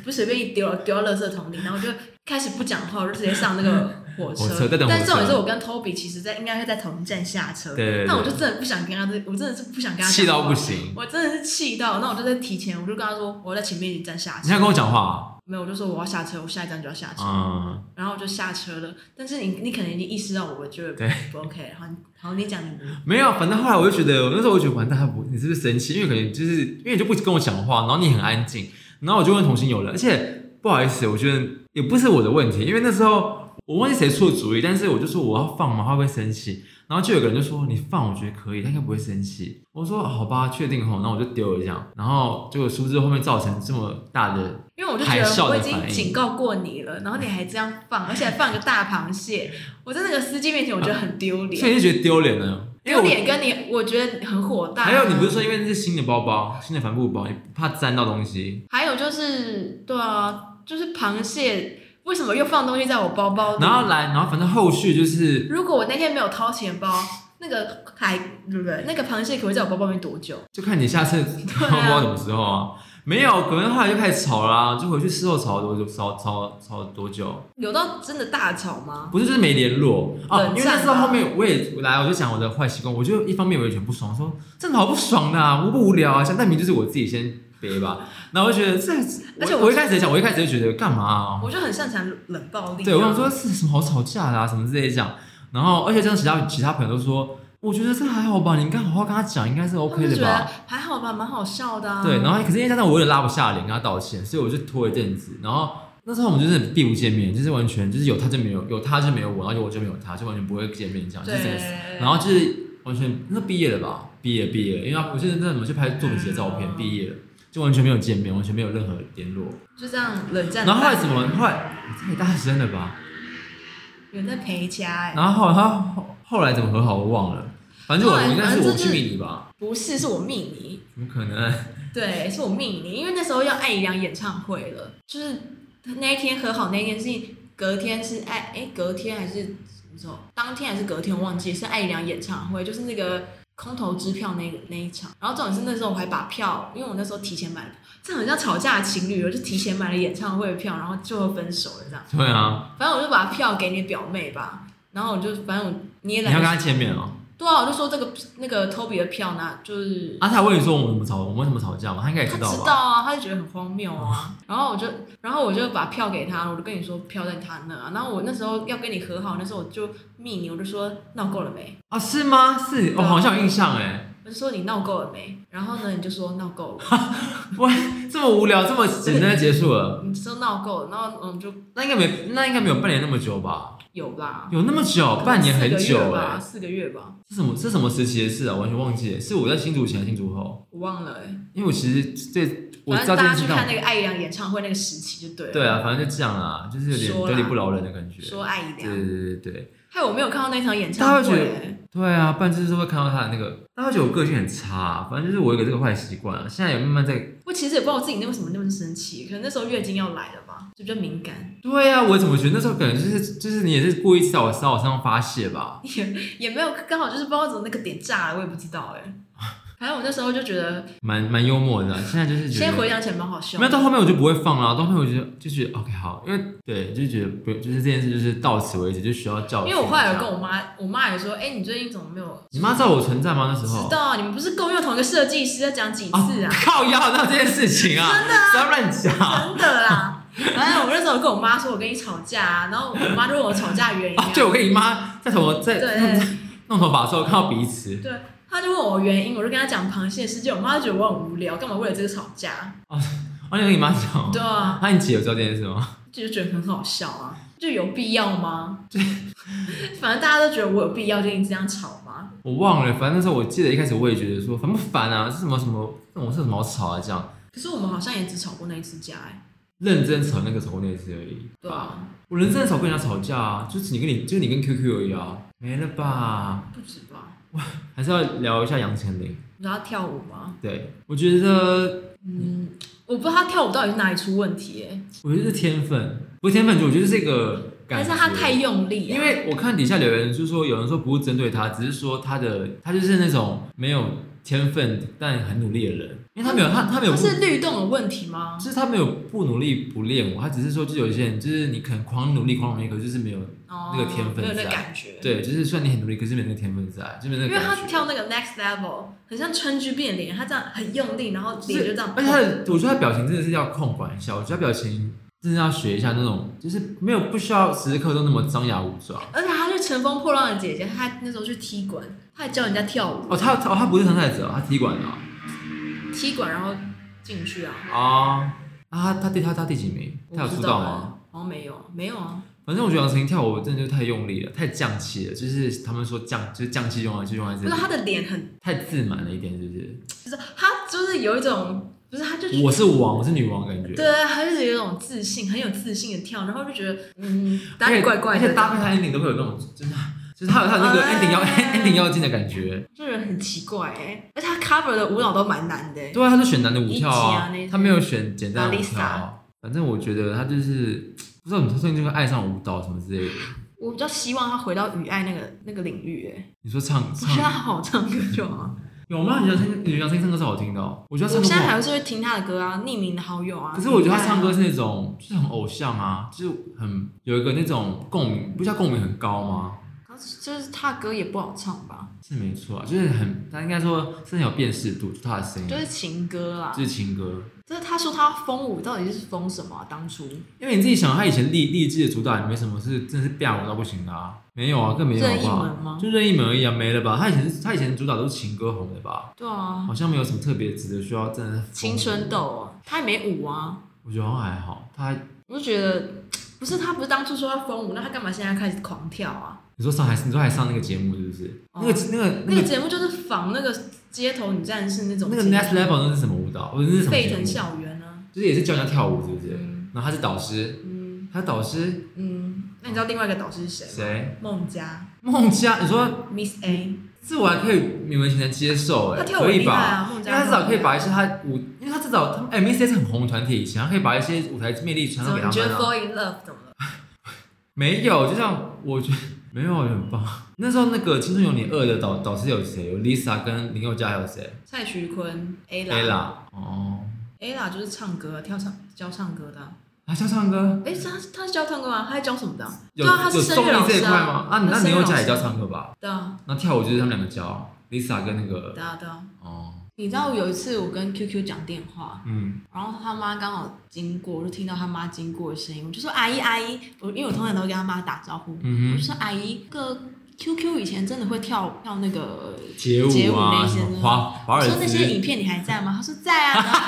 Speaker 2: 不随便一丢丢到垃圾桶里，然后我就开始不讲话，我就直接上那
Speaker 1: [LAUGHS]
Speaker 2: 个火车。
Speaker 1: 火车在等火车
Speaker 2: 但重点是我跟 Toby 其实在应该会在同一站下车，
Speaker 1: 对对对
Speaker 2: 但我就真的不想跟他，我真的是不想跟他
Speaker 1: 气到不
Speaker 2: 行。
Speaker 1: 行，
Speaker 2: 我真的是气到，那我就在提前，我就跟他说我在前面一站下
Speaker 1: 你要跟
Speaker 2: 车，
Speaker 1: 我讲话
Speaker 2: 没有，我就说我要下车，我下一站就要下车，
Speaker 1: 啊，嗯，
Speaker 2: 然后我就下车了。但是你你可能已经意识到我觉得
Speaker 1: 对
Speaker 2: 不 OK，然后你好你讲你不
Speaker 1: 没有，反正后来我就觉得，那时候我就觉得完蛋，他不，你是不是生气？因为可能就是因为你就不跟我讲话，然后你很安静，然后我就问同行友人，而且不好意思，我觉得也不是我的问题，因为那时候我忘记谁出的主意，但是我就说我要放嘛，他会不会生气？然后就有个人就说你放，我觉得可以，他应该不会生气。我说好吧，确定吼，然后我就丢了这样，然后就殊不知后面造成这么大的，
Speaker 2: 因为我就觉
Speaker 1: 海
Speaker 2: 得
Speaker 1: 啸
Speaker 2: 我
Speaker 1: 的
Speaker 2: 已经
Speaker 1: 反应
Speaker 2: 警告过你了，然后你还这样放，而且还放一个大螃
Speaker 1: [LAUGHS]
Speaker 2: 蟹，我在那个司机面前我觉得很丢
Speaker 1: 所以
Speaker 2: 脸，
Speaker 1: 就觉得丢脸了。因
Speaker 2: 丢
Speaker 1: 为我
Speaker 2: 脸跟你我觉得很火大。
Speaker 1: 还有你不是说因为那是新的包包，新的帆布包，你怕沾到东西，
Speaker 2: 还有就是对啊，就是螃蟹为什么又放东西在我包包里？
Speaker 1: 然后来，然后反正后续就是
Speaker 2: 如果我那天没有掏钱包，那个海对不对？那个螃蟹可会在我包包里面多久？
Speaker 1: 就看你下次不知 [LAUGHS] 道什么时候啊。没有，可能后来就开始吵啦、就回去事后吵多久，吵吵吵多久？
Speaker 2: 有到真的大吵吗？
Speaker 1: 不是，就是没联络啊。
Speaker 2: 冷战吧
Speaker 1: 因为那时候后面我也我来，我就讲我的坏习惯，我就一方面我也觉得不爽，说真的好不爽的、啊，无不无聊啊。像那明明就是我自己先背吧，然后我就觉得这，
Speaker 2: 而且
Speaker 1: 我
Speaker 2: 我
Speaker 1: 我一开始也讲，我一开始就觉得干嘛啊、
Speaker 2: 我就很擅长冷暴力、啊。
Speaker 1: 对，我想说是什么好吵架的啊，什么之类讲。然后，而且真的其他其他朋友都说，我觉得这还好吧，你应该好好跟他讲，应该是
Speaker 2: 我
Speaker 1: OK
Speaker 2: 就
Speaker 1: 的
Speaker 2: 觉得
Speaker 1: 吧。
Speaker 2: 还好吧，蛮好笑的、啊。
Speaker 1: 对，然后可是因为加上我有点拉不下脸跟他道歉，所以我就拖一阵子。然后那时候我们就是并不见面，就是完全就是有他就没有，有他就没有我，然后有我就没有他，就完全不会见面这样，就是整个。
Speaker 2: 对，
Speaker 1: 然后就是完全那毕业了吧，毕业毕业了，因为他我记得那怎么去拍作品集的照片，
Speaker 2: 嗯
Speaker 1: 毕业了就完全没有见面，完全没有任何联络。
Speaker 2: 就这样冷战。
Speaker 1: 然后后来怎么？后来太大声了吧？
Speaker 2: 有人在陪家、欸？
Speaker 1: 然后后来他后后来怎么和好我忘了，反正我
Speaker 2: 后来
Speaker 1: 应该是
Speaker 2: 反正
Speaker 1: 我
Speaker 2: 就是
Speaker 1: 去迷你吧？
Speaker 2: 不是，是我命你。
Speaker 1: 怎么可能？ [LAUGHS]
Speaker 2: 对，是我命你，因为那时候要艾怡良演唱会了，就是那一天和好那一天是隔天是艾哎、隔天还是什么时候？当天还是隔天我忘记是艾怡良演唱会，就是那个空头支票那那一场。然后重点是那时候我还把票，因为我那时候提前买了，这很像吵架的情侣，我哦就提前买了演唱会的票，然后最后分手了这样。
Speaker 1: 对啊，
Speaker 2: 反正我就把票给你表妹吧，然后我就反正我你也
Speaker 1: 你
Speaker 2: 懒
Speaker 1: 要
Speaker 2: 得
Speaker 1: 跟他见面哦。
Speaker 2: 对啊，我就说这个那个 Toby 的票呢，就是、
Speaker 1: 阿啊泰问你说我们怎么吵，我们为什么吵架吗？他应该也
Speaker 2: 他
Speaker 1: 道
Speaker 2: 知道
Speaker 1: 吧？嗯
Speaker 2: 啊，他就觉得很荒谬啊。然后我就，然后我就把票给他，我就跟你说票在他那啊。然后我那时候要跟你和好，那时候我就密你，我就说闹够了没？
Speaker 1: 啊，是吗？是，我、
Speaker 2: 对啊
Speaker 1: 好像有印象哎。
Speaker 2: 我就说你闹够了没？然后呢，你就说闹够了。
Speaker 1: 哇，这么无聊，这么简单就结束了，
Speaker 2: 你说闹够了，然后嗯就
Speaker 1: 那应该没，那应该没有半年那么久吧？
Speaker 2: 有啦，
Speaker 1: 有那么久，哦半年很久
Speaker 2: 四个月
Speaker 1: 哎、
Speaker 2: 吧，四个月吧，
Speaker 1: 是什么？是什么时期的事啊？完全忘记了，是我在新竹前还是新竹后？
Speaker 2: 我忘了哎、
Speaker 1: 因为我其实对我
Speaker 2: 反
Speaker 1: 知道
Speaker 2: 正
Speaker 1: 这
Speaker 2: 大家
Speaker 1: 件
Speaker 2: 去
Speaker 1: 事，
Speaker 2: 看
Speaker 1: 但我
Speaker 2: 那个艾怡良演唱会那个时期就对了。
Speaker 1: 对啊，反正就这样啊，就是有点
Speaker 2: 说啦
Speaker 1: 有点不饶人的感觉。
Speaker 2: 说艾怡
Speaker 1: 对
Speaker 2: 良，
Speaker 1: 对对对对
Speaker 2: 害我没啊有看到那场演
Speaker 1: 大
Speaker 2: 唱
Speaker 1: 家会
Speaker 2: 会、
Speaker 1: 觉得
Speaker 2: 欸。
Speaker 1: 对啊，不然就是会看到他的那个，大家觉得我个性很差、啊反正就是我有个这个坏习惯啊，现在也慢慢在。
Speaker 2: 我其实也不知道我自己那为什么那么生气，可能那时候月经要来了吧，就比较敏感，
Speaker 1: 对啊，我怎么觉得那时候感觉就是就是你也是故意在我在我身上发泄吧？
Speaker 2: 也没有刚好就是不知道怎么那个点炸了，我也不知道
Speaker 1: [LAUGHS]
Speaker 2: 哎、反正我那时候就觉得，
Speaker 1: 蛮蛮幽默的啊、现在就是觉
Speaker 2: 现在回
Speaker 1: 得。
Speaker 2: 想起来蛮好笑
Speaker 1: 没有
Speaker 2: 的。
Speaker 1: 到后面我就不会放啦，到后面我就就觉得 OK 好，因为对就觉得不就是这件事就是到此为止，就需要教训一
Speaker 2: 因
Speaker 1: 下。
Speaker 2: 为我后来有跟我妈，我妈也说，哎、你最近怎么没有？
Speaker 1: 你妈知道我存在吗？那时候
Speaker 2: 知道啊，你们不是共用同一个设计师，要讲几次啊？
Speaker 1: 靠腰到这件事情啊，真的、不要乱讲。
Speaker 2: 真的啦。反正我那时候跟我妈说，我跟你吵架、啊，然后我妈就问我吵架原因、啊
Speaker 1: [LAUGHS] 啊，对，我跟你妈在头在
Speaker 2: 对
Speaker 1: 弄头发的时候看到彼此，
Speaker 2: 对，她就问我原因，我就跟她讲螃蟹事件，我妈就觉得我很无聊，干嘛为了这个吵架？
Speaker 1: 啊，你跟你妈讲，
Speaker 2: 对啊，
Speaker 1: 那你姐有知道这件事吗？
Speaker 2: 就觉得很好笑啊，就有必要吗？ [LAUGHS] 反正大家都觉得我有必要跟你这样吵吗？
Speaker 1: 我忘了，反正那时候我记得一开始我也觉得说烦不烦啊，这什么什么，这种事有什么好吵啊，这样
Speaker 2: 可是我们好像也只吵过那一次架、哎，
Speaker 1: 认真吵那个吵过那一次而已。
Speaker 2: 对啊，
Speaker 1: 我认真的吵跟人家吵架啊，就是你跟你就是你跟 QQ 而已啊，没了吧？
Speaker 2: 不止吧？
Speaker 1: 还是要聊一下杨丞琳。
Speaker 2: 你知道她跳舞吗？
Speaker 1: 对，我觉得
Speaker 2: 嗯，我不知道她跳舞到底是哪里出问题、哎。
Speaker 1: 我觉得是天分，不是天分，我觉得是一个感
Speaker 2: 还
Speaker 1: 觉。
Speaker 2: 是他太用力、啊，
Speaker 1: 因为我看底下留言，就是说有人说不是针对他，只是说他的他就是那种没有天分但很努力的人，因为他没有他他没有
Speaker 2: 他
Speaker 1: 不，
Speaker 2: 是律动有问题吗？
Speaker 1: 就是他没有不努力不练我，他只是说就有一些人就是你可能狂努力狂努力，可是就是没有
Speaker 2: 哦，
Speaker 1: 那个天分
Speaker 2: 没有那
Speaker 1: 在
Speaker 2: 个感觉。，
Speaker 1: 对，就是虽然你很努力，可是没有那个天分在，就没有那
Speaker 2: 因
Speaker 1: 个
Speaker 2: 为他
Speaker 1: 感觉。
Speaker 2: 跳那个 next level 很像川剧变脸，他这样很用力，然后
Speaker 1: 就
Speaker 2: 脸
Speaker 1: 是
Speaker 2: 就这样。
Speaker 1: 而且他的，我觉得他表情真的是要控管一下，我觉得他表情真的要学一下那种，就是没有不需要时时刻刻都那么张牙舞爪。
Speaker 2: 而且他是乘风破浪的姐姐，她那时候去踢馆，她还教人家跳舞，
Speaker 1: 哦，他哦他不是参赛者，他踢馆的哦
Speaker 2: 踢馆然后进去啊。
Speaker 1: 啊啊！他第他他第几名？他有
Speaker 2: 我不
Speaker 1: 出
Speaker 2: 知
Speaker 1: 道
Speaker 2: 道
Speaker 1: 吗？
Speaker 2: 啊？好像没有，没有啊。
Speaker 1: 反正我觉得杨丞琳跳舞真的就太用力了，太降气了，就是他们说降，就是降气用来就用来
Speaker 2: 不
Speaker 1: 这
Speaker 2: 是
Speaker 1: 里，
Speaker 2: 他的脸很，
Speaker 1: 太自满了一点，是不是？
Speaker 2: 就是他就是有一种，不是他就
Speaker 1: 我是王，我是女王的感觉。
Speaker 2: 对，啊他就是有一种自信，很有自信的跳，然后就觉得嗯，哪里怪怪
Speaker 1: 而且
Speaker 2: 的，啊
Speaker 1: 搭配他 ending 都会有那种，就是就是他有他有那个 ending 要 ending 要进的感觉。
Speaker 2: 这人很奇怪哎、而且他 cover 的舞蹈都蛮难的、欸。
Speaker 1: 对啊，他就选男的舞跳
Speaker 2: 一级啊
Speaker 1: 啊
Speaker 2: 那些，
Speaker 1: 他没有选简单的舞
Speaker 2: Alisa
Speaker 1: 跳。反正我觉得他就是不知道怎么说，最近就会爱上舞蹈什么之类的。
Speaker 2: 我比较希望他回到语爱那个那个领域、欸，
Speaker 1: 你说唱
Speaker 2: 我觉得他
Speaker 1: 唱
Speaker 2: 好好唱歌就好。
Speaker 1: 有吗？你觉得听你觉得杨丞琳唱歌是好听的哦？我觉
Speaker 2: 我
Speaker 1: 得她唱歌
Speaker 2: 现在
Speaker 1: 不好
Speaker 2: 还是会听他的歌啊，匿名的好友啊。
Speaker 1: 可是我觉得他唱歌
Speaker 2: 语爱啊
Speaker 1: 是那种，就是很偶像啊，就是很有一个那种共鸣，不叫共鸣很高吗？
Speaker 2: 可是就是他的歌也不好唱吧，
Speaker 1: 是没错啊，就是很，他应该说是很有辨识度，就他的声音，
Speaker 2: 就是情歌啊啦
Speaker 1: 就。是情歌。
Speaker 2: 就是他说他封舞到底是封什么、啊？当初
Speaker 1: 因为你自己想，他以前励励志的主打也没什么是真的是变我到不行的啊，没有啊，更没有好
Speaker 2: 任
Speaker 1: 不
Speaker 2: 意
Speaker 1: 好？
Speaker 2: 门吗？
Speaker 1: 就任意门而已啊，没了吧？他以前他以前主打都是情歌红的吧，
Speaker 2: 对啊，
Speaker 1: 好像没有什么特别值得需要真的是疯
Speaker 2: 青春，痘哦，他也没舞啊。
Speaker 1: 我觉得好像还好。他
Speaker 2: 我就觉得不是他不是当初说要封舞，那他干嘛现在开始狂跳啊？
Speaker 1: 你说上还你说还上那个节目是不是？
Speaker 2: 哦
Speaker 1: 那个那个
Speaker 2: 那
Speaker 1: 那
Speaker 2: 个
Speaker 1: 个
Speaker 2: 节目就是仿那个街头女战士那种
Speaker 1: 那个
Speaker 2: 节目
Speaker 1: Next Level 那是什么舞蹈？不是哦那是什么
Speaker 2: 沸
Speaker 1: 节目
Speaker 2: 腾？校园啊，
Speaker 1: 就是也是教人家跳舞，是不是？
Speaker 2: 嗯
Speaker 1: 然后他是导师，
Speaker 2: 嗯
Speaker 1: 他导师
Speaker 2: 嗯，那你知道另外一个导师是谁吗？
Speaker 1: 谁？
Speaker 2: 孟佳
Speaker 1: 孟佳，你说
Speaker 2: Miss A，
Speaker 1: 这我还可以勉为其难接受、
Speaker 2: 她
Speaker 1: 哎，
Speaker 2: 跳舞
Speaker 1: 可
Speaker 2: 很
Speaker 1: 以
Speaker 2: 厉害
Speaker 1: 吧？
Speaker 2: 啊，孟
Speaker 1: 因为
Speaker 2: 佳
Speaker 1: 他至少可以
Speaker 2: 跳舞
Speaker 1: 把一些他舞，因为他至少他哎、m i s S 是很红的团体，以前他可以把一些舞台魅力
Speaker 2: 怎
Speaker 1: 传
Speaker 2: 么
Speaker 1: 授给
Speaker 2: 你
Speaker 1: 他
Speaker 2: 觉
Speaker 1: 们
Speaker 2: 得
Speaker 1: 啊。
Speaker 2: Fall in Love 怎么了？
Speaker 1: 没有，就像我觉得没有很棒。那时候那个《青春有你二》的导导师有谁？有 Lisa 跟林宥嘉，还有谁
Speaker 2: 蔡徐坤 Ella
Speaker 1: ？ella 哦，
Speaker 2: Ella 就是唱歌跳唱教唱歌的啊，
Speaker 1: 他教唱歌，
Speaker 2: 哎，他他是教唱歌吗？他在教什么的啊？
Speaker 1: 有、
Speaker 2: 对啊，他
Speaker 1: 有
Speaker 2: 是声
Speaker 1: 综艺
Speaker 2: 乐老
Speaker 1: 这一
Speaker 2: 师
Speaker 1: 块吗？啊，
Speaker 2: 他
Speaker 1: 那
Speaker 2: 是声
Speaker 1: 林
Speaker 2: 乐
Speaker 1: 宥
Speaker 2: 老师
Speaker 1: 嘉也教唱歌吧？
Speaker 2: 对啊，
Speaker 1: 那跳舞就是他们两个教，Lisa 跟那个
Speaker 2: 对啊，对啊。
Speaker 1: 哦，
Speaker 2: 你知道有一次我跟 QQ 讲电话，
Speaker 1: 嗯。
Speaker 2: 然后他妈刚好经过，我就听到他妈经过的声音，我就说阿姨阿姨，我因为我通常都会跟他妈打招呼，我
Speaker 1: 嗯
Speaker 2: 就
Speaker 1: 哼，
Speaker 2: 说阿姨，个 QQ 以前真的会跳跳那个
Speaker 1: 街
Speaker 2: 街
Speaker 1: 舞
Speaker 2: 舞那
Speaker 1: 啊，
Speaker 2: 些
Speaker 1: 什
Speaker 2: 呢
Speaker 1: 么华华
Speaker 2: 我
Speaker 1: 尔
Speaker 2: 说那些
Speaker 1: 兹，
Speaker 2: 影片你还在吗？他说在啊，然后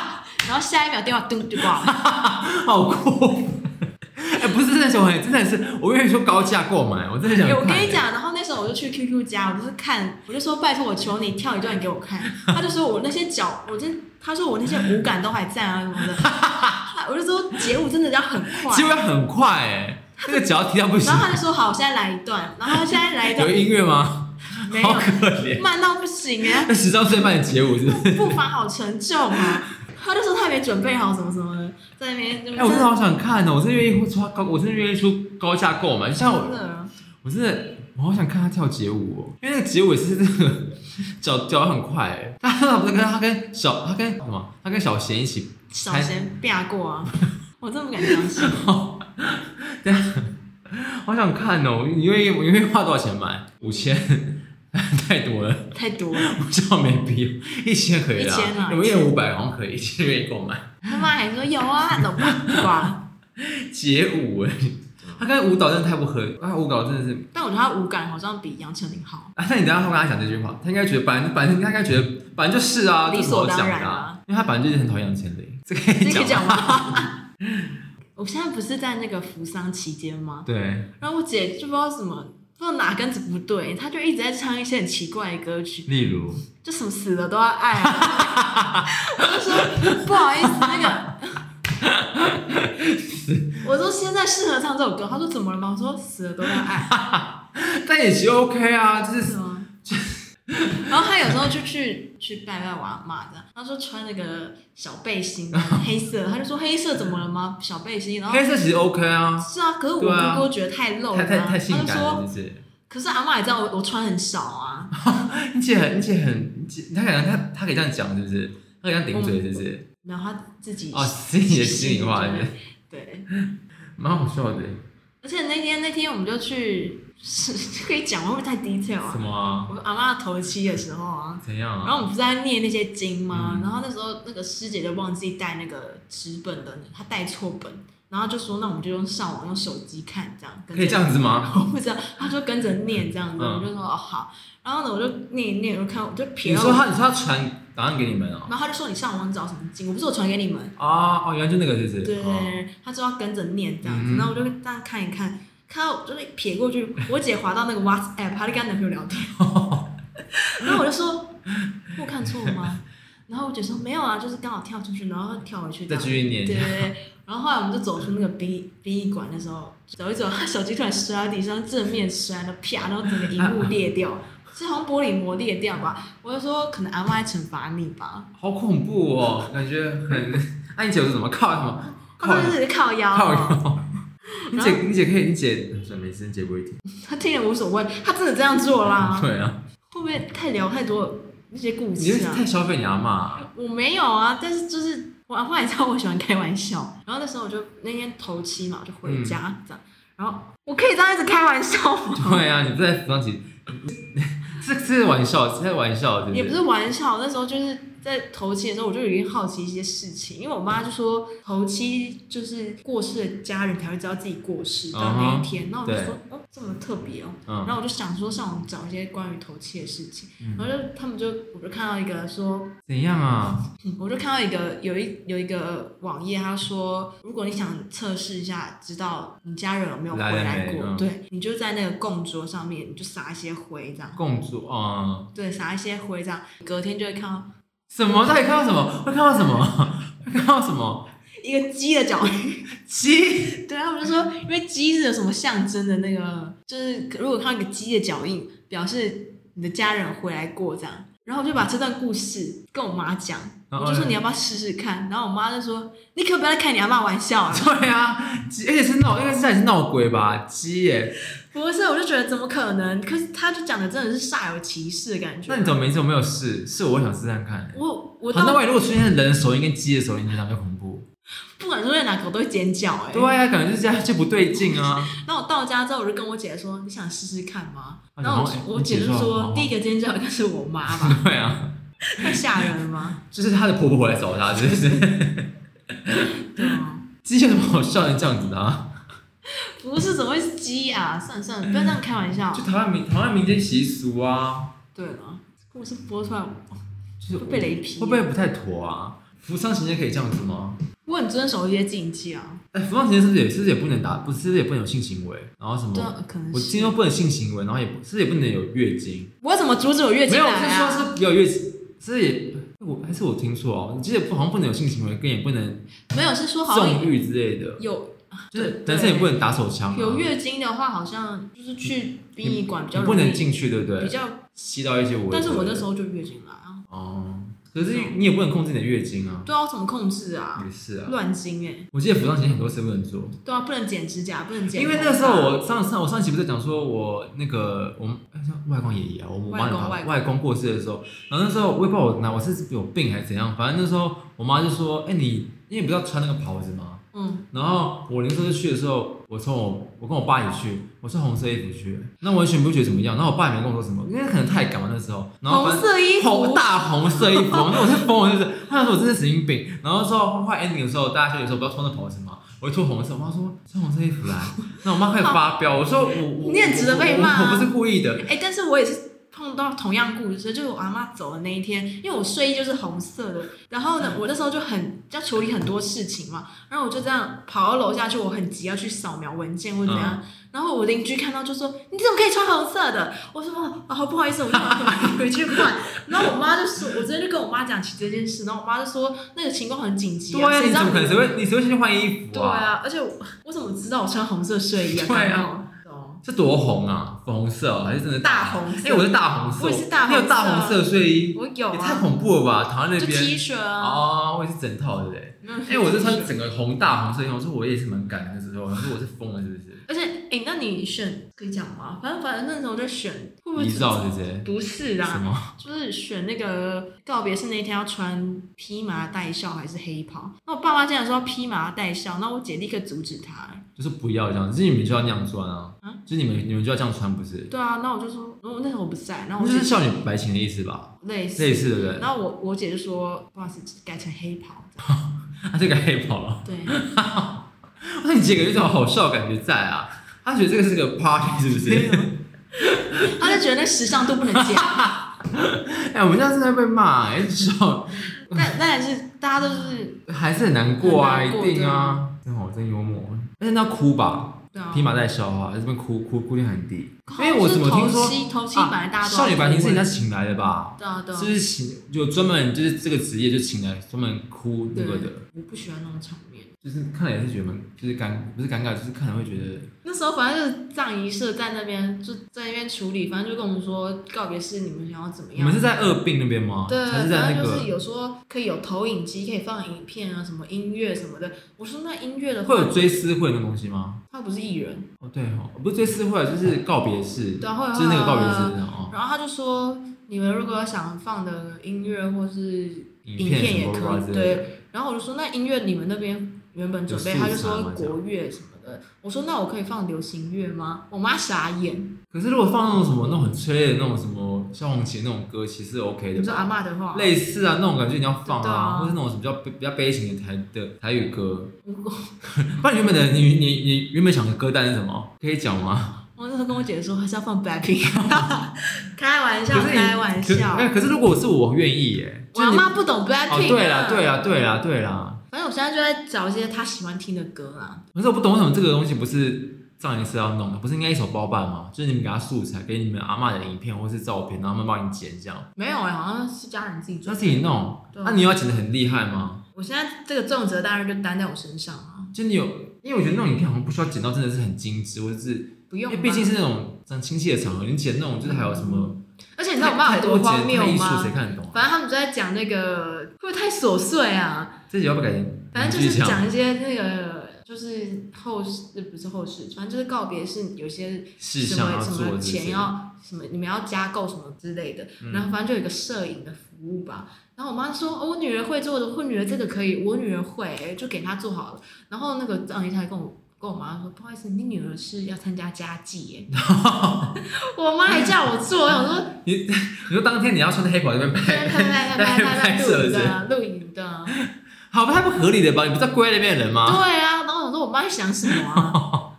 Speaker 2: 然后下一秒电话咚就挂了。
Speaker 1: [LAUGHS] 好酷！ [LAUGHS] 哎，不是真的想买，真的是我愿意说高价购买，我真的想
Speaker 2: 哎、
Speaker 1: 看。
Speaker 2: 我跟你，讲，然后那时候我就去 QQ 家，我就是看，我就说拜托我求你跳一段给我看，他就说我那些脚，我真，他说我那些舞感都还在啊什么的，
Speaker 1: [LAUGHS]
Speaker 2: 我就说节舞真的要很快
Speaker 1: 街，舞要很快哎，那个脚踢到不行
Speaker 2: 然。后他就说好，我现在来一段，然后他现在来一
Speaker 1: 有
Speaker 2: 段，
Speaker 1: 音乐吗？
Speaker 2: 没
Speaker 1: 好
Speaker 2: 有，
Speaker 1: 可怜，
Speaker 2: 慢到不行哎、
Speaker 1: 那史上最慢的街舞是不是？
Speaker 2: 步伐好沉重啊，他就说他没准备好什么什么的，在那边就
Speaker 1: 哎、我真的好想看哦！我真的愿意出高，我真的愿意出高价购买。像
Speaker 2: 真
Speaker 1: 我，
Speaker 2: 的
Speaker 1: 我真的我好想看他跳街舞哦，因为那个街舞也是这个脚脚很快哎。他他不是跟他跟小他跟什么？他跟小贤一起，
Speaker 2: 小贤变过啊，我真的不敢相信。
Speaker 1: 好想看哦！你愿意你愿意花多少钱买？五千，太多了，
Speaker 2: 太多了，
Speaker 1: 我知道没必要。一千可以啦，
Speaker 2: 一千啊
Speaker 1: 我一人五百好像可以，一千愿意购买 [LAUGHS]
Speaker 2: 他妈还说有啊，那我挂。
Speaker 1: 街舞哎。他跟舞蹈真的太不合，他舞蹈真的是
Speaker 2: 但我觉得他舞感好像比杨丞琳好，
Speaker 1: 啊，那你等一下会跟他讲这句话，他应该觉得反正反正他应该觉得反正就是啊，
Speaker 2: 理
Speaker 1: 这
Speaker 2: 所
Speaker 1: 么
Speaker 2: 当
Speaker 1: 好讲的
Speaker 2: 然
Speaker 1: 啊
Speaker 2: 啊，
Speaker 1: 因为他本来就是很讨厌杨丞琳，这可
Speaker 2: 这
Speaker 1: 以
Speaker 2: 可以讲
Speaker 1: 讲吗。
Speaker 2: 吗？ [LAUGHS] 我现在不是在那个扶桑期间吗？
Speaker 1: 对，
Speaker 2: 然后我姐就不知道什么，不知道哪根子不对，她就一直在唱一些很奇怪的歌曲，
Speaker 1: 例如
Speaker 2: 就什么死了都要爱、啊。 [LAUGHS] 我就说不好意思，那个。我说现在适合唱这首歌，她说怎么了吗？我说死了都要爱，
Speaker 1: 但也其实 OK 啊，就是是
Speaker 2: 吗？ [LAUGHS] 然后她有时候就去去拜拜我阿妈的，她说穿那个小背
Speaker 1: [LAUGHS]
Speaker 2: 心，黑色，她就说黑色怎么了吗？小背心，然后
Speaker 1: 黑色其实 OK 啊，
Speaker 2: 哦是啊，可是我
Speaker 1: 对啊
Speaker 2: 姑姑觉得太露了、
Speaker 1: 太太太性
Speaker 2: 她
Speaker 1: 感
Speaker 2: 就
Speaker 1: 了，
Speaker 2: 说，
Speaker 1: 就是。
Speaker 2: 可是阿妈也知道我我穿很少啊，
Speaker 1: 你姐很你姐很你姐，她可能她她可以这样讲，是不是？她可以这样顶嘴，是不是？
Speaker 2: 然后她自己
Speaker 1: 哦，是你的心里话，
Speaker 2: 嗯对
Speaker 1: 是
Speaker 2: 对。
Speaker 1: 蛮好笑的。
Speaker 2: 而且那天那天我们就去，是 [LAUGHS] 可以讲会不会太 detail
Speaker 1: 什
Speaker 2: 啊？
Speaker 1: 么啊？
Speaker 2: 我阿妈头七的时候啊，
Speaker 1: 怎样
Speaker 2: 然
Speaker 1: 啊？
Speaker 2: 后我们不是在念那些经吗？
Speaker 1: 嗯
Speaker 2: 然后那时候那个师姐就忘记带那个纸本的，她带错本，然后就说那我们就用上网用手机看这样，跟
Speaker 1: 可以
Speaker 2: 着
Speaker 1: 这样子吗？
Speaker 2: 我不知道，他就跟着念这样子，我
Speaker 1: 嗯
Speaker 2: 就说哦好，然后呢我就念一念，我就看我就瞥
Speaker 1: 你
Speaker 2: 到
Speaker 1: 说她你说她传答案给你们啊？
Speaker 2: 然后他就说你上网找什么经，我不是我传给你们，
Speaker 1: 啊哦，原来就那个，是不是？
Speaker 2: 对对
Speaker 1: 哦
Speaker 2: 对，他说要跟着念这样子，
Speaker 1: 嗯
Speaker 2: 然后我就这样看一看，看到我就是撇过去，我姐滑到那个 WhatsApp，她就跟她男朋友 [LAUGHS] 聊天，然后我就说我看错了吗？ [LAUGHS] 然后我姐说没有啊，就是刚好跳出去，然后跳回去这
Speaker 1: 再
Speaker 2: 样
Speaker 1: 继续念
Speaker 2: 对。对对，然后后来我们就走出那个殡殡仪馆的时候，走一走，他手机突然摔到地上，正面摔了，啪，然后整个荧幕裂掉，是好像玻璃膜裂掉吧？我就说可能阿妈在惩罚你吧，
Speaker 1: 好恐怖哦，感觉很。那、你姐是怎么靠什
Speaker 2: [LAUGHS]
Speaker 1: 么？
Speaker 2: 他
Speaker 1: 靠
Speaker 2: 说就是靠腰，啊
Speaker 1: 靠
Speaker 2: [LAUGHS]
Speaker 1: 腰。你姐，你姐可以，你姐嗯算了没事，你姐不会听。
Speaker 2: 他听了无所谓，他真的这样做啦，
Speaker 1: 对啊，
Speaker 2: 会不会太聊太多那些故
Speaker 1: 你就是
Speaker 2: 事啊？
Speaker 1: 太消费你阿妈、啊。
Speaker 2: 我没有啊，但是就是我阿妈也知道我喜欢开玩笑，然后那时候我就那天头七嘛，我就回家、
Speaker 1: 嗯
Speaker 2: 这样，然后我可以这样一直开玩笑吗？
Speaker 1: 对啊，你在服装起，这这是玩笑，这是玩笑，对
Speaker 2: 也
Speaker 1: 不
Speaker 2: 不
Speaker 1: 对？
Speaker 2: 是玩笑，那时候就是在头七的时候，我就已经好奇一些事情，因为我妈就说头七就是过世的家人才会知道自己过世到那一天，那、我就说哦这么特别哦，然
Speaker 1: 嗯，
Speaker 2: 后我就想说上网找一些关于头七的事情，
Speaker 1: 嗯
Speaker 2: 然后就他们就我就看到一个说，
Speaker 1: 怎样啊？
Speaker 2: 嗯我就看到一个有一有一个网页，他说如果你想测试一下，知道你家人有没有回
Speaker 1: 来了
Speaker 2: 来
Speaker 1: 没
Speaker 2: 过，
Speaker 1: 嗯
Speaker 2: 对，你就在那个供桌上面你就撒一些灰这样，
Speaker 1: 共主啊、嗯？
Speaker 2: 对，撒一些灰这样，隔天就会看到。
Speaker 1: 什么？到底看到什么？会看到什么？会看到什么？
Speaker 2: 一个鸡的脚印。
Speaker 1: 鸡？
Speaker 2: [LAUGHS] 对，他们就说，因为鸡是有什么象征的那个，就是如果看到一个鸡的脚印，表示你的家人回来过这样。然后我就把这段故事跟我妈讲，
Speaker 1: 然
Speaker 2: 我
Speaker 1: 后
Speaker 2: 就说
Speaker 1: 呢
Speaker 2: 你要不要试试看？然后我妈就说，你可不要再开你阿妈玩笑了。
Speaker 1: [LAUGHS]
Speaker 2: [LAUGHS]
Speaker 1: 对啊，鸡，而且是闹，应该是在是闹鬼吧？鸡耶？
Speaker 2: 不是，我就觉得怎么可能？可是他就讲的真的是煞有其事的感觉。
Speaker 1: 那你怎么没怎么没有试？是我想试试看看。
Speaker 2: 我我
Speaker 1: 好，那
Speaker 2: 到
Speaker 1: 万一如果出现人的手印跟鸡的手印，你想就恐怖？
Speaker 2: 不管说在哪个我都会尖叫哎、
Speaker 1: 对啊，感觉就是这样就不对劲
Speaker 2: [LAUGHS]
Speaker 1: 啊。
Speaker 2: 那我到家之后，我就跟我姐说，你想试试看吗？
Speaker 1: 啊
Speaker 2: 然后
Speaker 1: 然后
Speaker 2: 我我
Speaker 1: 你姐
Speaker 2: 姐就
Speaker 1: 说
Speaker 2: 说
Speaker 1: 好，
Speaker 2: 第一个尖叫应该是我妈吧。
Speaker 1: [LAUGHS] 对啊，
Speaker 2: 太吓人了吗？
Speaker 1: 就是她的婆婆回来找她，就是
Speaker 2: [LAUGHS]
Speaker 1: [LAUGHS]
Speaker 2: 对啊，
Speaker 1: 鸡有什么好笑成这样子的啊？
Speaker 2: 不是，怎么会是鸡啊？算了算了，不要这样开玩笑
Speaker 1: 就。台湾民台湾民间习俗啊，
Speaker 2: 对了，我是播出来，
Speaker 1: 就是
Speaker 2: 会被雷劈
Speaker 1: 会不会不太妥啊？服丧行间可以这样子吗？
Speaker 2: 我很遵守一些禁忌啊。
Speaker 1: 哎，服丧行间是不是也是不是也不能打，不是是不是也不能有性行为，然后什
Speaker 2: 对
Speaker 1: 么？
Speaker 2: 啊，可能
Speaker 1: 我今
Speaker 2: 是。
Speaker 1: 天又不能性行为，然后也不是不是也不能有月经，
Speaker 2: 我怎么阻止我月
Speaker 1: 没
Speaker 2: 经
Speaker 1: 有，
Speaker 2: 来
Speaker 1: 我
Speaker 2: 啊？
Speaker 1: 是说是有月经，是也哎我还是我听错哦，我记得不好像不能有性行为，跟也不能
Speaker 2: 没有，是说好像
Speaker 1: 纵欲之类的，
Speaker 2: 有
Speaker 1: 就是
Speaker 2: 对
Speaker 1: 男生也不能打手枪、啊，
Speaker 2: 有月经的话，好像就是去殡仪馆比较
Speaker 1: 你
Speaker 2: 容
Speaker 1: 不
Speaker 2: 易
Speaker 1: 能进去，对不
Speaker 2: 比
Speaker 1: 对？
Speaker 2: 较。
Speaker 1: 吸到一些违规的
Speaker 2: 但是我那时候就月经来啊。
Speaker 1: 哦，可是你也不能控制你的月经啊，
Speaker 2: 对啊，我怎么控制啊？
Speaker 1: 也是啊。
Speaker 2: 乱经哎、
Speaker 1: 我记得服装前很多事不能做，
Speaker 2: 对啊，不能剪指甲，不能剪头
Speaker 1: 因
Speaker 2: 发。
Speaker 1: 为那个时候
Speaker 2: 啊
Speaker 1: 我上上我上期不是讲说我那个我们哎叫外公爷爷啊，我我妈的
Speaker 2: 外公
Speaker 1: 爸
Speaker 2: 外公
Speaker 1: 外公过世的时候，然后那时候我也不知道我哪我是有病还是怎样，反正那时候我妈就说，哎、你因为你不是要穿那个袍子吗？
Speaker 2: 嗯，
Speaker 1: 然后我那时候去的时候，我从我我跟我爸一起去，我穿红色衣服去，那我完全不觉得怎么样。然后我爸也没跟我说什么，因为可能太赶了那时候。然后
Speaker 2: 红
Speaker 1: 反正
Speaker 2: 色衣
Speaker 1: 红
Speaker 2: 服，
Speaker 1: 大红色衣服，那我是疯了，就是他说我真是神经病。然后之后快 ending 的时候，大家休息的时候不要穿那袍子嘛，我就脱红色。我妈说穿红色衣服来，那我妈开始发飙。我说我我
Speaker 2: 你很值得被骂啊
Speaker 1: 我我不是故意的。
Speaker 2: 哎、但是我也是碰到同样故事，就是我阿妈走的那一天，因为我睡衣就是红色的，然后呢，我那时候就很要处理很多事情嘛，然后我就这样跑到楼下去，我很急要去扫描文件或者怎样，
Speaker 1: 嗯
Speaker 2: 然后我邻居看到就说：“你怎么可以穿红色的？”我说：“哦，好、不好意思，我就马上回去换。”然后我妈就说：“我昨天就跟我妈讲起这件事，然后我妈就说那个情况很紧急、
Speaker 1: 对啊，
Speaker 2: 谁
Speaker 1: 你
Speaker 2: 知道
Speaker 1: 怎么可能谁会你谁会先去换衣服
Speaker 2: 对啊，而且我我怎么知道我穿红色睡衣啊？
Speaker 1: 对啊
Speaker 2: 感冒哦
Speaker 1: 这多红啊，粉红色哦还是真的
Speaker 2: 大红色
Speaker 1: 因为我是大红色，
Speaker 2: 我也是大
Speaker 1: 你有大
Speaker 2: 红
Speaker 1: 红
Speaker 2: 色啊
Speaker 1: 色睡衣，
Speaker 2: 我有
Speaker 1: 也太
Speaker 2: 啊，
Speaker 1: 恐怖了吧？躺在那
Speaker 2: 就
Speaker 1: 边
Speaker 2: T 恤啊，
Speaker 1: 哦，我也是整套的
Speaker 2: [LAUGHS]
Speaker 1: 嘞。
Speaker 2: 因
Speaker 1: 因为我是穿整个红大红色衣服，我说我也是蛮赶的那时候，我说我是疯了是不
Speaker 2: [LAUGHS]
Speaker 1: 是？
Speaker 2: 而且，哎、那你选可以讲吗？反正反正那时候就选，会不会
Speaker 1: 遗照是不是？
Speaker 2: 不是啊
Speaker 1: 什
Speaker 2: 啦，
Speaker 1: 么？
Speaker 2: 就是选那个告别式那天要穿披麻戴孝还是黑袍？那我爸妈竟然说要披麻戴孝，那我姐立刻阻止他。欸
Speaker 1: 就是不要这样，就是你们就要那样穿啊
Speaker 2: 啊，
Speaker 1: 就是你们你们就要这样穿不是？
Speaker 2: 对啊，那我就说，我那时候我不在，然后
Speaker 1: 就
Speaker 2: 我就是啊
Speaker 1: 少女白情的意思吧？
Speaker 2: 类似，
Speaker 1: 类似对不对？
Speaker 2: 然后我我姐就说，不好意思，改成黑袍。
Speaker 1: 他啊这个黑袍了，
Speaker 2: 对，
Speaker 1: 我说你姐有一种好笑的感觉在啊，他觉得这个是个 party 是不
Speaker 2: 没
Speaker 1: 是？
Speaker 2: 有她就觉得那时尚度不能讲，
Speaker 1: [LAUGHS] 哎，我们现在正在被骂，哎，笑，
Speaker 2: 但但还是大家都是
Speaker 1: 还是很难过啊，
Speaker 2: 很
Speaker 1: 一
Speaker 2: 难过
Speaker 1: 定啊，真好，真幽默，而且那哭吧，
Speaker 2: 对啊
Speaker 1: 披，麻戴孝啊，在这边哭哭哭点很低，
Speaker 2: 好
Speaker 1: 因为我
Speaker 2: 是
Speaker 1: 怎么听
Speaker 2: 头
Speaker 1: 说
Speaker 2: 七头七
Speaker 1: 啊
Speaker 2: 本来大家都要
Speaker 1: 少女白情是
Speaker 2: 哭
Speaker 1: 人家请来的吧？
Speaker 2: 对啊对啊
Speaker 1: 是，不是请有专门就是这个职业就请来专门哭那个的，
Speaker 2: 我不喜欢那种场面。
Speaker 1: 就是看了也是觉得蛮就是尴不是尴尬，就是看了会觉得
Speaker 2: 那时候反正就是葬仪社在那边就在那边处理，反正就跟我们说告别式你们想要怎么
Speaker 1: 你
Speaker 2: 样
Speaker 1: 们。是在二病那边吗？
Speaker 2: 对，
Speaker 1: 还是在
Speaker 2: 反
Speaker 1: 那
Speaker 2: 正就是
Speaker 1: 个
Speaker 2: 有说可以有投影机，可以放影片啊，什么音乐什么的。我说那音乐的
Speaker 1: 会有
Speaker 2: 话，
Speaker 1: 追思会那种东西吗？
Speaker 2: 他不是艺人，
Speaker 1: 哦对哦，不是追思会，就是告别式，
Speaker 2: 对啊，会
Speaker 1: 就是那个告别
Speaker 2: 会
Speaker 1: 式那种哦，
Speaker 2: 然后他就说，你们如果想放的音乐或是，
Speaker 1: 影
Speaker 2: 片
Speaker 1: 片
Speaker 2: 也
Speaker 1: 什么
Speaker 2: 可以
Speaker 1: 之类的，
Speaker 2: 然后我就说那音乐你们那边原本准备，
Speaker 1: 有素
Speaker 2: 他
Speaker 1: 材
Speaker 2: 就说
Speaker 1: 吗
Speaker 2: 国乐什么的。我说那我可以放流行乐吗？我妈傻眼，
Speaker 1: 可是如果放那种什么那种很催泪的那种什么萧煌奇那种歌，其实 OK
Speaker 2: 你
Speaker 1: 的
Speaker 2: 说
Speaker 1: 吧。
Speaker 2: 阿嬷的话，
Speaker 1: 类似啊，那种感觉你要放
Speaker 2: 对
Speaker 1: 啊，
Speaker 2: 啊
Speaker 1: 或是那种什么比较悲比较悲情的台的台语歌。
Speaker 2: 我
Speaker 1: [LAUGHS] 不然原本的你你你原本想的歌单是什么？可以讲吗？
Speaker 2: 我哦那时候跟我姐说还是要
Speaker 1: [LAUGHS]
Speaker 2: 放 Blackpink，开玩笑，
Speaker 1: 可是你
Speaker 2: 开玩
Speaker 1: 可
Speaker 2: 笑。
Speaker 1: 哎，可是如果是我愿意耶，
Speaker 2: 我
Speaker 1: 就
Speaker 2: 阿
Speaker 1: 是你
Speaker 2: 妈不懂 Blackpink，、啊
Speaker 1: 哦，对啦对。啦对啦对啦。
Speaker 2: 反正我现在就在找一些她喜欢听的歌啊。
Speaker 1: 可是我不懂为什么这个东西不是上一次要弄的，不是应该一手包办吗？就是你们给他素材，给你们阿嬷的影片或是照片，然后他们帮你剪这样，
Speaker 2: 没有哎、好像是家人自己
Speaker 1: 就
Speaker 2: 做
Speaker 1: 要。自己弄。
Speaker 2: 对啊
Speaker 1: 那、你要剪的很厉害吗？
Speaker 2: 我现在这个重责大任就担在我身上啊，
Speaker 1: 就你有，因为我觉得那种影片好像不需要剪到真的是很精致，或者是
Speaker 2: 不
Speaker 1: 因
Speaker 2: 用
Speaker 1: 为
Speaker 2: 吧。
Speaker 1: 哎毕竟是那种像亲戚的场合，你剪那种就是还有什么？
Speaker 2: 而且
Speaker 1: 你
Speaker 2: 你知道我妈有多荒谬
Speaker 1: 艺术
Speaker 2: 吗
Speaker 1: 谁？看得懂啊？
Speaker 2: 反正他们就在讲那个，会不会太琐碎啊？
Speaker 1: 这集要不要改成？
Speaker 2: 反正就
Speaker 1: 你继
Speaker 2: 是
Speaker 1: 续
Speaker 2: 讲一些那个，就是后事不是后事，反正就是告别式，有些
Speaker 1: 事
Speaker 2: 什
Speaker 1: 项
Speaker 2: 么
Speaker 1: 要
Speaker 2: 什
Speaker 1: 做
Speaker 2: 么
Speaker 1: 的事
Speaker 2: 钱
Speaker 1: 情。
Speaker 2: 要什么，你们要加购什么之类的，然后反正就有一个摄影的服务吧。然后我妈说、哦我女儿会做的，我女儿这个可以，我女儿会，就给她做好了。然后那个张姨才跟我跟我妈说，不好意思，你女儿是要参加家祭耶。我妈还叫我做，我想说
Speaker 1: 你说当天你要穿着黑袍在那边
Speaker 2: 拍
Speaker 1: 拍，
Speaker 2: 拍拍拍拍拍录影的录影的，
Speaker 1: 好吧，太不合理了吧？你不是在跪在那边的人吗？
Speaker 2: 对啊。然后我说我妈在想什么啊？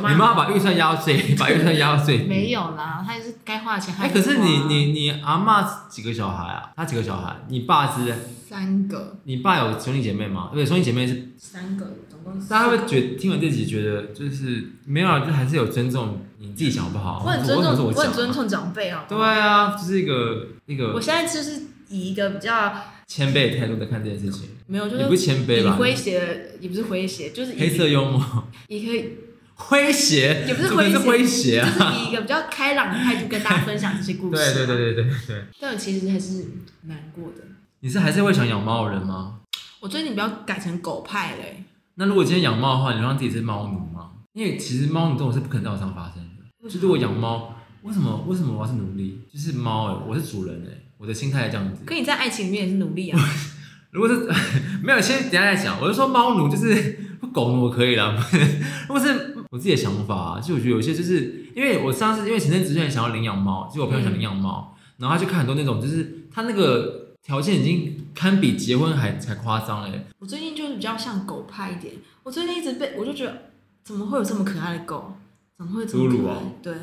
Speaker 2: 妈
Speaker 1: 你妈把预算压到最，把预算压到最低。
Speaker 2: 啊没有啦，她就是该花的钱还
Speaker 1: 哎，
Speaker 2: 是
Speaker 1: 可是你
Speaker 2: 花
Speaker 1: 你你阿嬷几个小孩啊？她几个小孩？你爸是？
Speaker 2: 三个
Speaker 1: 你爸有兄弟姐妹吗？对，兄弟姐妹是，
Speaker 2: 三个总共四个，
Speaker 1: 大家会不会觉得听完这集觉得就是没有啊，就还是有尊重你自己想好不好？
Speaker 2: 我很尊重，
Speaker 1: 我
Speaker 2: 我
Speaker 1: 很
Speaker 2: 很尊。重长辈啊。
Speaker 1: 对啊，就是一个一
Speaker 2: 我
Speaker 1: 个
Speaker 2: 现在就是以一个比较
Speaker 1: 谦卑的态度在看这件事情，
Speaker 2: 没有，就
Speaker 1: 你不
Speaker 2: 是
Speaker 1: 谦卑
Speaker 2: 以
Speaker 1: 吧？
Speaker 2: 诙谐，也不是诙谐，就是以
Speaker 1: 黑色幽默，
Speaker 2: 以可以
Speaker 1: [LAUGHS] 诙谐，
Speaker 2: 也不是
Speaker 1: 怎么可能是
Speaker 2: 诙
Speaker 1: 诙谐
Speaker 2: 就
Speaker 1: 啊！
Speaker 2: 是以一个比较开朗的态度跟大家分享这些故事。啊
Speaker 1: [LAUGHS] 对对。对对对对，
Speaker 2: 但我其实还是难过的。
Speaker 1: 你是还是会想养猫的人吗？
Speaker 2: 我最近比较改成狗派嘞、
Speaker 1: 那如果今天养猫的话，你让自己是猫奴吗？因为其实猫奴这种事不可能在我身上发生的。
Speaker 2: 为什么
Speaker 1: 就是我养猫，为什么为什么我要是奴隶？就是猫哎、我是主人哎、我的心态是这样子。
Speaker 2: 可你在爱情里面也是努力啊。
Speaker 1: 如果是 [LAUGHS] 没有，先等一下再讲。我就说猫奴就是狗奴我可以啦。 [LAUGHS] 如果是我自己的想法、啊，就我觉得有些就是因为我上次因为前阵子就很想要领养猫，就我朋友想领养猫，
Speaker 2: 嗯
Speaker 1: 然后他就看很多那种就是他那个条件已经堪比结婚还还夸张哎、
Speaker 2: 我最近就是比较像狗派一点。我最近一直被我就觉得，怎么会有这么可爱的狗？怎么会有这么
Speaker 1: 侏儒
Speaker 2: 可爱？
Speaker 1: 啊
Speaker 2: 对，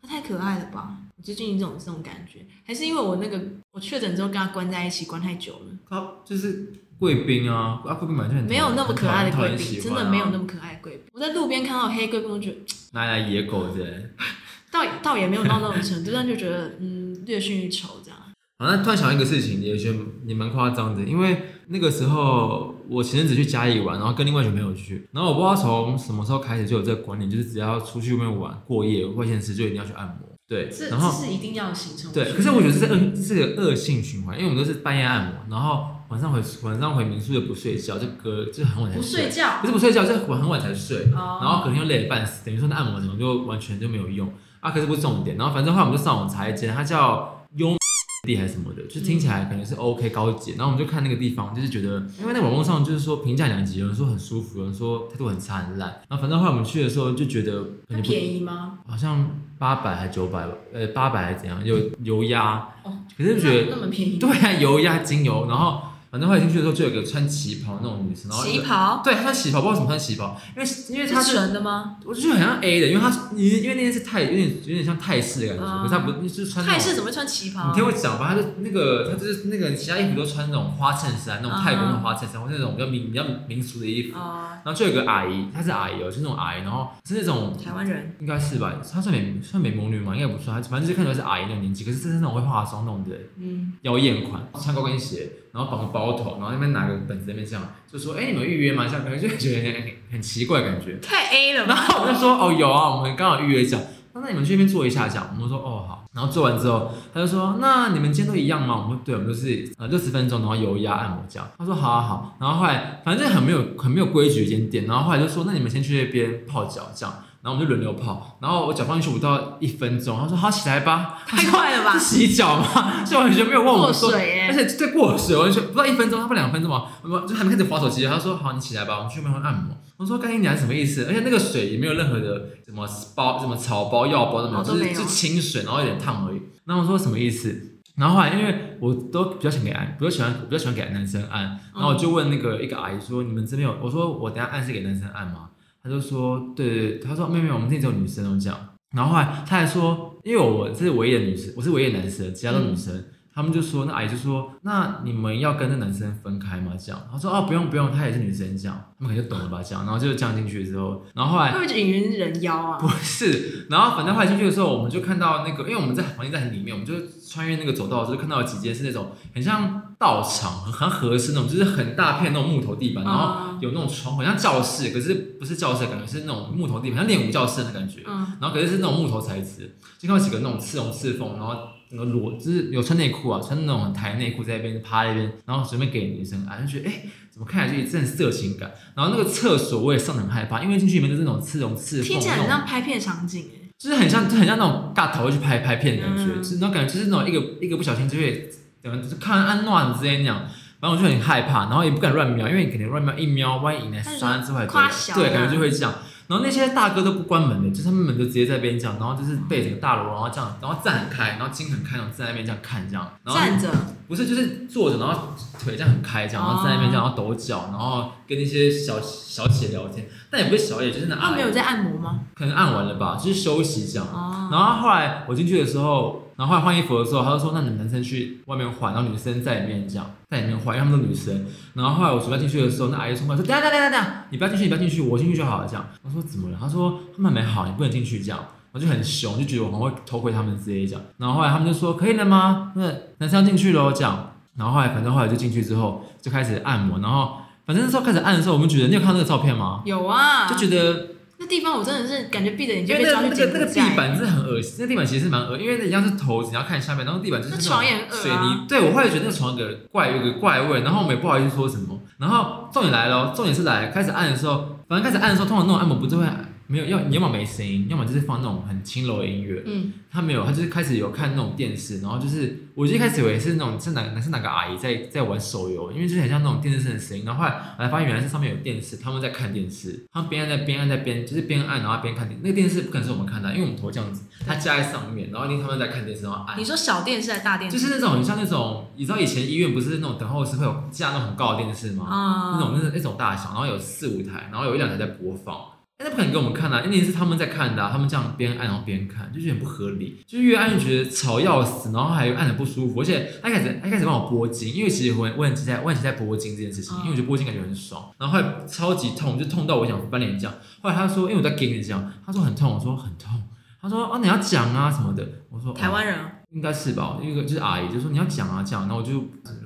Speaker 2: 它太可爱了吧！我最近一种这种感觉，还是因为我那个我确诊之后跟它关在一起关太久了，
Speaker 1: 他就是贵宾啊，啊贵宾本来就很
Speaker 2: 没有那么可爱的贵宾，真的没有那
Speaker 1: 么
Speaker 2: 么可爱的贵宾。我在路边看到黑贵宾，我觉得
Speaker 1: 啊拿来野狗之类的。
Speaker 2: 倒倒也没有到那种程度，但就觉得嗯略逊一筹这样。
Speaker 1: 好，那突然想一个事情，也觉得也蛮夸张的，因为那个时候我前阵子去嘉义玩，然后跟另外一群朋友去，然后我不知道从什么时候开始就有这个观念，就是只要出去外面玩过夜外县市就一定要去按摩，对，
Speaker 2: 这
Speaker 1: 然
Speaker 2: 这
Speaker 1: 后
Speaker 2: 是一定要的行程。
Speaker 1: 对，可是我觉得这是恶这是个恶性循环，因为我们都是半夜按摩，然后晚上回晚上回民宿又不睡觉，就隔就很晚才
Speaker 2: 不睡觉
Speaker 1: 不是不睡觉，就是我很晚才睡，
Speaker 2: 哦
Speaker 1: 然后可能又累得半死，等于说那按摩什么就完全就没有用啊。可是不是重点，然后反正后来我们就上网查一间，它叫优地还是什么的，就听起来可能是 OK 高级。然后我们就看那个地方，就是觉得，因为那网络上就是说评价两极，有人说很舒服，有人说态度很差很烂。然后反正后来我们去的时候就觉得可
Speaker 2: 它
Speaker 1: 能不
Speaker 2: 便宜吗？
Speaker 1: 好像八百还九百，呃八百还怎样，有油压，
Speaker 2: 哦
Speaker 1: 可是就觉
Speaker 2: 那
Speaker 1: 得
Speaker 2: 那么便宜？
Speaker 1: 对啊，油压精油，然后。反正后来进去的时候，就有一个穿旗袍那种女生，啊然后一
Speaker 2: 旗
Speaker 1: 个
Speaker 2: 袍
Speaker 1: 对，他穿旗袍，不知道为什么穿旗袍，因为因为他
Speaker 2: 是
Speaker 1: 是，
Speaker 2: 纯的吗？
Speaker 1: 我就觉得很像 A 的，因为他你因为那件是泰，有点有点像泰式的感觉，
Speaker 2: 啊
Speaker 1: 可是他不就是穿那
Speaker 2: 泰
Speaker 1: 种
Speaker 2: 式怎么会穿旗袍
Speaker 1: 你
Speaker 2: 啊？
Speaker 1: 听我讲吧，他就那个他就是那个其他衣服都穿那种花衬衫，那
Speaker 2: 啊
Speaker 1: 种泰国那种花衬衫，或者那种比较民比较民俗的衣服。
Speaker 2: 哦，
Speaker 1: 然后就有个阿姨，她是阿姨哦，是那种阿姨，然后是那种
Speaker 2: 台湾人，
Speaker 1: 应该是吧，她算美算美魔女嘛，应该不算，她反正就是看起来是阿姨那种年纪，可是真的是那种会化妆那种的
Speaker 2: 嗯，
Speaker 1: 妖艳款，穿高跟鞋，然后绑个包头，然后那边拿个本子在那边这样，就说：“哎、你们有预约吗？”这样感觉就觉得很很奇怪的感觉。
Speaker 2: 太 A 了
Speaker 1: [LAUGHS]
Speaker 2: 吧？
Speaker 1: 然后我就说：“哦，有啊，我们刚好预约这样。”那那你们去那边坐一下这样。我们说：“哦，好。”然后做完之后，他就说：“那你们今天都一样吗？”我们说：“对，我们都是呃六十分钟，然后油压按摩这样。”他说：“好啊，好。”然后后来反正很没有很没有规矩一间店，然后后来就说：“那你们先去那边泡脚这样。”然后我们就轮流泡，然后我脚放进去不到一分钟，他说：“好，起来吧。”
Speaker 2: 太快了吧
Speaker 1: 是？洗脚吗？所以完全没有问我
Speaker 2: 过
Speaker 1: 们说
Speaker 2: 水
Speaker 1: 而
Speaker 2: 耶！
Speaker 1: 且对过水，哦我就不到一分钟，他不两分钟嘛，我们就还没开始划手机，他说好，你起来吧，我们去外面按摩。我说干你娘什么意思？而且那个水也没有任何的什么包、什么草包、药包都没有，
Speaker 2: 哦都
Speaker 1: 就
Speaker 2: 没
Speaker 1: 是
Speaker 2: 有
Speaker 1: 就清水，然后有点烫而已。然后我说什么意思？然后后来因为我都比较想给按，比较喜欢我比较喜欢给男生按，然后我就问那个一个阿姨说，你们这边有？我说我等一下按是给男生按吗？他就说，对对对，他说没有没有，我们这里只有女生都这样。然后后来他还说，因为我是唯一的女生，我是唯一的男生，其他都女生。他们就说，那阿姨就说，那你们要跟那男生分开吗？这样，他说哦，不用不用，她也是女生，这样，他们可能就懂了吧，这样，然后就这样进去之后，然后后来
Speaker 2: 会不会引人人妖啊？
Speaker 1: 不是，然后反正后来进去的时候，我们就看到那个，因为我们在房间在很里面，我们就穿越那个走道的时候，就看到有几间是那种很像道场、很很合适那种，就是很大片那种木头地板，然后
Speaker 2: 嗯
Speaker 1: 有那种窗户，很像教室，可是不是教室的感觉，是那种木头地板，像练武教室的感觉。
Speaker 2: 嗯，
Speaker 1: 然后可是是那种木头材质，就看到几个那种刺龙刺凤，然后整个裸，就是有穿内裤啊，穿那种很台内裤在那边趴在那边，然后随便给女生按，就觉得哎、怎么看起来就一阵色情感。然后那个厕所我也上得很害怕，因为进去里面就是那种刺龙刺凤，
Speaker 2: 听起来
Speaker 1: 那
Speaker 2: 很
Speaker 1: 种
Speaker 2: 像拍片场景哎。
Speaker 1: 就是很像很像那种尬头去拍拍片的感觉，
Speaker 2: 嗯
Speaker 1: 就是那种感觉就是那种一个一个不小心就会，嗯，就看安暖之类那样。然后我就很害怕，然后也不敢乱瞄，因为你可能乱瞄一瞄，万一引来杀之外，
Speaker 2: 夸小啊
Speaker 1: 对，感觉就会这样。然后那些大哥都不关门的，就是他们门都直接在边这样，然后就是背整个大楼，然后这样，然后站很开，然后筋很开，然后站在那边这样看这样，然后
Speaker 2: 站着，
Speaker 1: 不是，就是坐着，然后腿这样很开，这样，然后在那边这样，然后抖脚，然后跟那些小小姐聊天，但也不是小夜，就是那
Speaker 2: 他
Speaker 1: 阿
Speaker 2: 哦没
Speaker 1: 姨
Speaker 2: 啊有在按摩吗？
Speaker 1: 可能按完了吧，就是休息这样。
Speaker 2: 哦，
Speaker 1: 然后后来哎我进去的时候，然后后来换衣服的时候，他就说那你们男生去外面换，然后女生在里面这样，在里面换，因为他们都女生。然后后来我暑假进去的时候，那阿姨冲过来说：“等一下等一下等一下等一下，你不要进去，你不要进去，我进去就好了。”这样，我说怎么了？他说他们没好，你不能进去这样。我就很凶，就觉得我很会偷窥他们之类这样。然后后来他们就说：“可以了吗？那男生要进去喽。”这样。然后后来反正后来就进去之后就开始按摩，然后反正那时候开始按的时候，我们觉得你有看到那个照片吗？
Speaker 2: 有啊，
Speaker 1: 就觉得
Speaker 2: 那地方我真的是感觉闭着眼
Speaker 1: 因
Speaker 2: 睛
Speaker 1: 为
Speaker 2: 被
Speaker 1: 那
Speaker 2: 抓
Speaker 1: 个
Speaker 2: 去
Speaker 1: 那个
Speaker 2: 柬埔寨
Speaker 1: 那个地板真的很恶心，那地板其实是蛮恶，因为那一样是头，你要看下面，然后地板就是
Speaker 2: 那
Speaker 1: 种
Speaker 2: 床也很恶啊
Speaker 1: 水泥。对，我后来觉得那个床有个怪有个怪味，然后我们也不好意思说什么。然后重点来了，重点是来开始按的时候，反正开始按的时候，通常那种按摩不是会没有要你要么没声音，要么就是放那种很轻柔的音乐。
Speaker 2: 嗯，
Speaker 1: 他没有，他就是开始有看那种电视，然后就是我一开始以为是那种是哪是哪个阿姨在在玩手游，因为就是很像那种电视声的声音，然后后来我才发现原来是上面有电视，他们在看电视，他们边按在边按在边就是边按然后边看电，那个电视不可能是我们看的，因为我们头这样子，它架在上面，然后一定他们在看电视，然后按
Speaker 2: 你。说小电视还是大电视？
Speaker 1: 就是那种，你像那种，你知道以前医院不是那种等候室会有架那种很高的电视吗？
Speaker 2: 啊
Speaker 1: 那种那那种大小，然后有四五台，然后有一两台在播放。但那不可能给我们看啊，因为是他们在看的啊、他们这样边按然后边看，就觉得很不合理，就是越按越觉得吵要死，然后还按的不舒服，而且他一开始他一开始帮我拨筋，因为其实我很我很期待我很期待拨筋这件事情，
Speaker 2: 嗯
Speaker 1: 因为我觉得拨筋感觉很爽，然后后来超级痛，就痛到我想翻脸这样。后来他说，因为我在给你这样，他说很痛，我说很痛，他说啊你要讲啊什么的，我说
Speaker 2: 台
Speaker 1: 哦
Speaker 2: 湾人哦，
Speaker 1: 应该是吧，因为就是阿姨就说你要讲啊讲，然后我就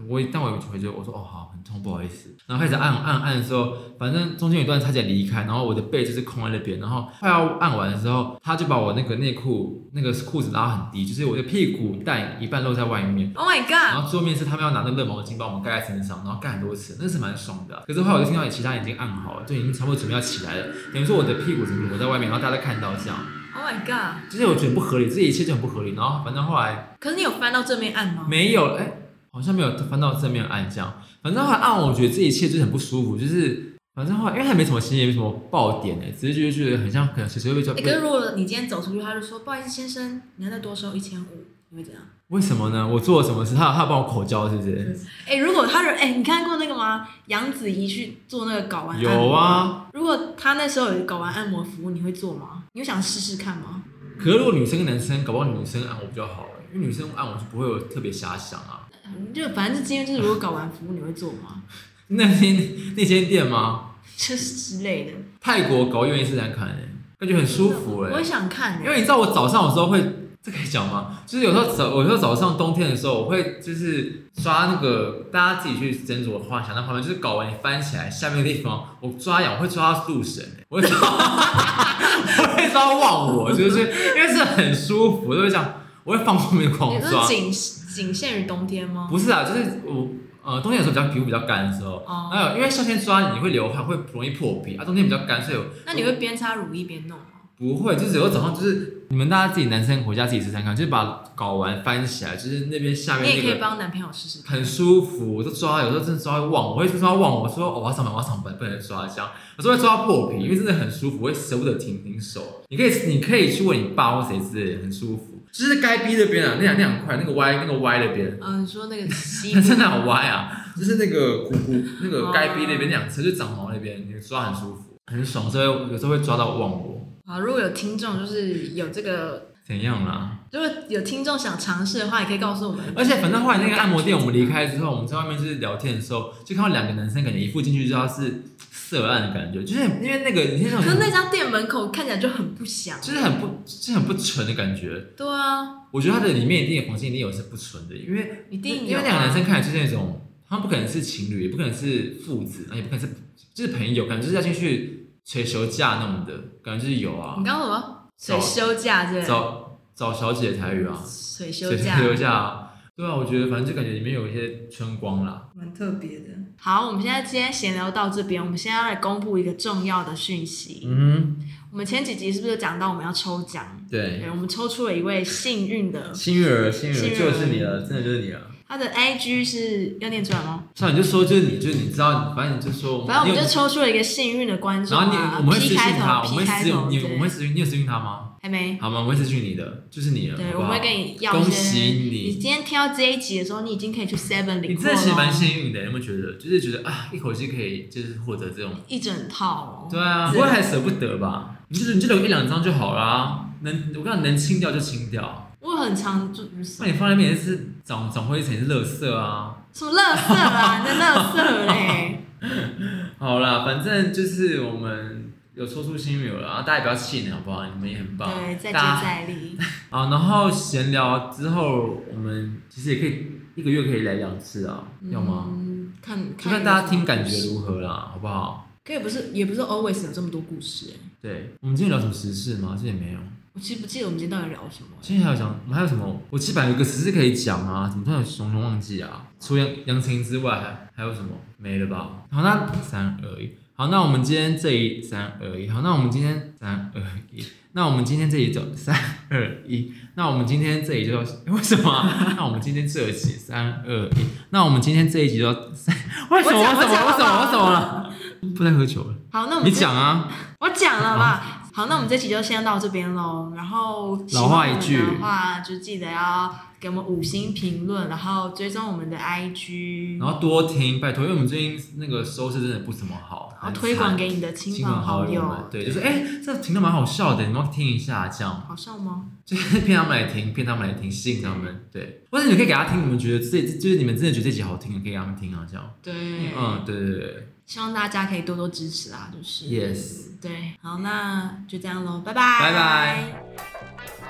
Speaker 1: 我但我有回绝，我说哦好，很痛，不好意思。然后开始按按按的时候，反正中间有一段差点离开，然后我的背就是空在那边，然后快要按完的时候，他就把我那个内裤那个裤子拉很低，就是我的屁股带一半露在外面。
Speaker 2: Oh my
Speaker 1: 然
Speaker 2: god！
Speaker 1: 后最后面是他们要拿那个热毛巾把我们盖在身上，然后盖很多次，那是蛮爽的啊、可是后来我就听到其他人已经按好了，就已经差不多准备要起来了，等于说我的屁股怎么裸在外面，然后大家都看到这样，
Speaker 2: Oh my god！
Speaker 1: 就是我觉得不合理，这一切就很不合理。然后反正后来
Speaker 2: 可是你有翻到正面按吗？
Speaker 1: 没有，哎、好像没有翻到正面按这样。反正后来啊按完，我觉得这一切就是很不舒服，就是反正后来因为还没什么心，也没什么爆点哎、只是觉得觉得很像可能随时会被抓
Speaker 2: 欸可是如果你今天走出去，他就说不好意思先生，你要再多收一千五，你会怎样？
Speaker 1: 为什么呢？我做了什么事？他他帮我口交是不是？
Speaker 2: 哎、如果他人哎、你看过那个吗？杨子怡去做那个睾丸按摩
Speaker 1: 有。啊。
Speaker 2: 如果他那时候有睾丸按摩服务，你会做吗？你会想试试看吗？
Speaker 1: 可是如果女生跟男生，搞不好女生按我比较好哎、因为女生按我就不会有特别遐想啊。
Speaker 2: 嗯就反正今天就是，如果睾丸服务，你会做吗？ [LAUGHS]
Speaker 1: 那间那间店吗？
Speaker 2: 就是之类的，
Speaker 1: 泰国搞愿意试试看哎、感觉很舒服哎、
Speaker 2: 我也想看、
Speaker 1: 因
Speaker 2: 欸。
Speaker 1: 为你知道我早上有时候会，这可以讲吗？就是有时候早，有时候早上冬天的时候，我会就是抓那个大家自己去斟酌画，想到画面，就是搞完你翻起来下面的地方，我抓痒，我会抓到树神、欸，我会抓，我会抓忘我，就是因为是很舒服，就会这样，我会放后面狂
Speaker 2: 你
Speaker 1: 抓
Speaker 2: 说。仅仅限于冬天吗？
Speaker 1: 不是啊，就是我呃冬天有时候比较皮肤比较干的时候，
Speaker 2: 哦
Speaker 1: 还有因为夏天抓你会流汗，会容易破皮啊，冬天比较干，所以我
Speaker 2: 那你会边擦乳液边弄吗？
Speaker 1: 不会，就是有时候早上就是你们大家自己男生回家自己试试看，就是把睾丸翻起来，就是那边下
Speaker 2: 你也
Speaker 1: 面
Speaker 2: 可
Speaker 1: 那
Speaker 2: 以
Speaker 1: 个。
Speaker 2: 帮男朋友试试
Speaker 1: [LAUGHS]
Speaker 2: 看。
Speaker 1: 很舒服，就抓，有时候真的抓会忘，我会抓忘，我说、哦、我要上班，我要上班，不能抓这样，有时候会抓到破皮，因为真的很舒服，我会舍不得停停手。你可以，你可以去问你爸或谁之类的，很舒服。就是该逼那边啊，那两那两块，那个歪，那个歪那边，
Speaker 2: 嗯、你说那个
Speaker 1: [LAUGHS]
Speaker 2: 西部
Speaker 1: 真的好歪啊！就是那个骨骨那个该逼那边两侧，就长毛那边，你抓很舒服，很爽。所以有时候会抓到忘我，
Speaker 2: 啊，如果有听众就是有这个，
Speaker 1: 怎样啦？
Speaker 2: 如果有听众想尝试的话，也可以告诉我们。
Speaker 1: 而且反正后来那个按摩店，我们离开之后，我们在外面就是聊天的时候，就看到两个男生感觉一副进去就要是色暗的感觉，就是因为那个你
Speaker 2: [LAUGHS]
Speaker 1: 那
Speaker 2: 可是
Speaker 1: 种
Speaker 2: 那家店门口看起来就很不祥。
Speaker 1: 就是很不就是很不纯的感觉。
Speaker 2: 对啊，
Speaker 1: 我觉得它的里面一定有房间一定有是不纯的，因为
Speaker 2: 一定有啊
Speaker 1: 因为两个男生看起来就是那种，他们不可能是情侣，也不可能是父子，也不可能是就是朋友，可能就是要进去捶手架那种的，感觉就是有啊
Speaker 2: 你。刚刚什么？水休假对不对？
Speaker 1: 找找小姐的台语啊，
Speaker 2: 水休
Speaker 1: 捶
Speaker 2: 假，
Speaker 1: 手架啊，对啊，我觉得反正就感觉里面有一些春光啦。
Speaker 2: 蛮特别的。好，我们现在今天闲聊到这边，我们现在要来公布一个重要的讯息。
Speaker 1: 嗯
Speaker 2: 我们前几集是不是有讲到我们要抽奖？
Speaker 1: 哼，对，
Speaker 2: 对，我们抽出了一位幸运的，
Speaker 1: 幸运儿，幸运
Speaker 2: 幸运
Speaker 1: 儿
Speaker 2: 儿
Speaker 1: 就是你了，真的就是你了。
Speaker 2: 他的 IG 是要念出来吗？
Speaker 1: 像你就说，就是你，就是你知道，反正你就说，
Speaker 2: 反正我
Speaker 1: 你
Speaker 2: 们就
Speaker 1: 有
Speaker 2: 抽出了一个幸运的观众
Speaker 1: 哦然后你
Speaker 2: 啊
Speaker 1: 我们会
Speaker 2: P
Speaker 1: 私讯
Speaker 2: 开
Speaker 1: 他，
Speaker 2: 头，P
Speaker 1: 我们会私
Speaker 2: 开
Speaker 1: 讯
Speaker 2: 头，
Speaker 1: 你，我们会
Speaker 2: 对，
Speaker 1: 私讯你有私讯他吗？
Speaker 2: 还没。
Speaker 1: 好吗？我会私讯你的，就是你了，
Speaker 2: 对，我
Speaker 1: 好不好
Speaker 2: 们会跟你要一些。
Speaker 1: 恭喜
Speaker 2: 你今
Speaker 1: 你，
Speaker 2: 天听到这一集的时候，你已经可以去 Seven
Speaker 1: 你
Speaker 2: 领货了
Speaker 1: 真的
Speaker 2: 哦，
Speaker 1: 其实蛮幸运的，你有没有觉得？就是觉得啊，一口气可以就是获得这种，
Speaker 2: 一整套哦。
Speaker 1: 对啊，
Speaker 2: 是
Speaker 1: 不会还舍不得吧？你就是你就留一两张就好啦，能我看能清掉就清掉，
Speaker 2: 我很常就什
Speaker 1: 那你放在面前是长长灰尘是垃圾啊。
Speaker 2: 么乐色
Speaker 1: [LAUGHS]
Speaker 2: 啦，你的乐色嘞，
Speaker 1: 好啦，反正就是我们有抽出心流了，啊然后大家也不要气馁，好不好？你们也很棒。
Speaker 2: 对，再接
Speaker 1: 大家
Speaker 2: 再厉。
Speaker 1: 啊，然后闲聊之后，我们其实也可以一个月可以来两次啊，要吗？
Speaker 2: 嗯，看
Speaker 1: 就
Speaker 2: 看
Speaker 1: 看大
Speaker 2: 有什
Speaker 1: 家
Speaker 2: 么
Speaker 1: 听感
Speaker 2: 故事
Speaker 1: 觉如何啦，好不好？
Speaker 2: 可也不是，也不是 always 有这么多故事哎。
Speaker 1: 对，我们今天聊什么时事吗？这也没有。
Speaker 2: 我其实不记得我们今天到底聊什么欸。
Speaker 1: 今天还有讲，我们还有什么？我基本上有个时事可以讲啊，怎么突然熊熊忘记啊？除杨杨丞琳之外，还还有什么？没了吧？好，那三二一，好，那我们今天这一三二一，好，那我们今天三二一，那我们今天这一就三二一，那我们今天这一就 [LAUGHS] 为什么啊、那我们今天这一集三二一，那我们今天这一集就三， [LAUGHS] 为什么？
Speaker 2: 我讲
Speaker 1: 为什么？
Speaker 2: 我
Speaker 1: 为
Speaker 2: 讲
Speaker 1: 什么？
Speaker 2: 我
Speaker 1: 为什
Speaker 2: 讲
Speaker 1: 么了？不太喝酒了，
Speaker 2: 好，那我们
Speaker 1: 你
Speaker 2: 这
Speaker 1: 讲啊。
Speaker 2: 我讲了吧。好，那我们这期就先到这边喽。然后喜欢
Speaker 1: 老话一
Speaker 2: 我们
Speaker 1: 句
Speaker 2: 的话，就记得要给我们五星评论，然后追踪我们的 IG，
Speaker 1: 然后多听，拜托，因为我们最近那个收视真的不怎么好，
Speaker 2: 然后
Speaker 1: 很
Speaker 2: 推广
Speaker 1: 惨
Speaker 2: 给你的亲
Speaker 1: 亲
Speaker 2: 朋
Speaker 1: 朋好
Speaker 2: 友
Speaker 1: 们。。对，就是哎、这频道蛮好笑的，你们要听一下，这样 [LAUGHS]
Speaker 2: 好笑吗？
Speaker 1: 就是骗他们来听，骗他们来听，吸引他们。对，或者你们可以给他听，你们觉得这就是你们真的觉得这集好听，可以给他们听啊，这样。
Speaker 2: 对，
Speaker 1: 嗯，对对对
Speaker 2: 希望大家可以多多支持啊，就是
Speaker 1: 对，yes。
Speaker 2: 对，好，那就这样喽，拜拜，
Speaker 1: 拜拜。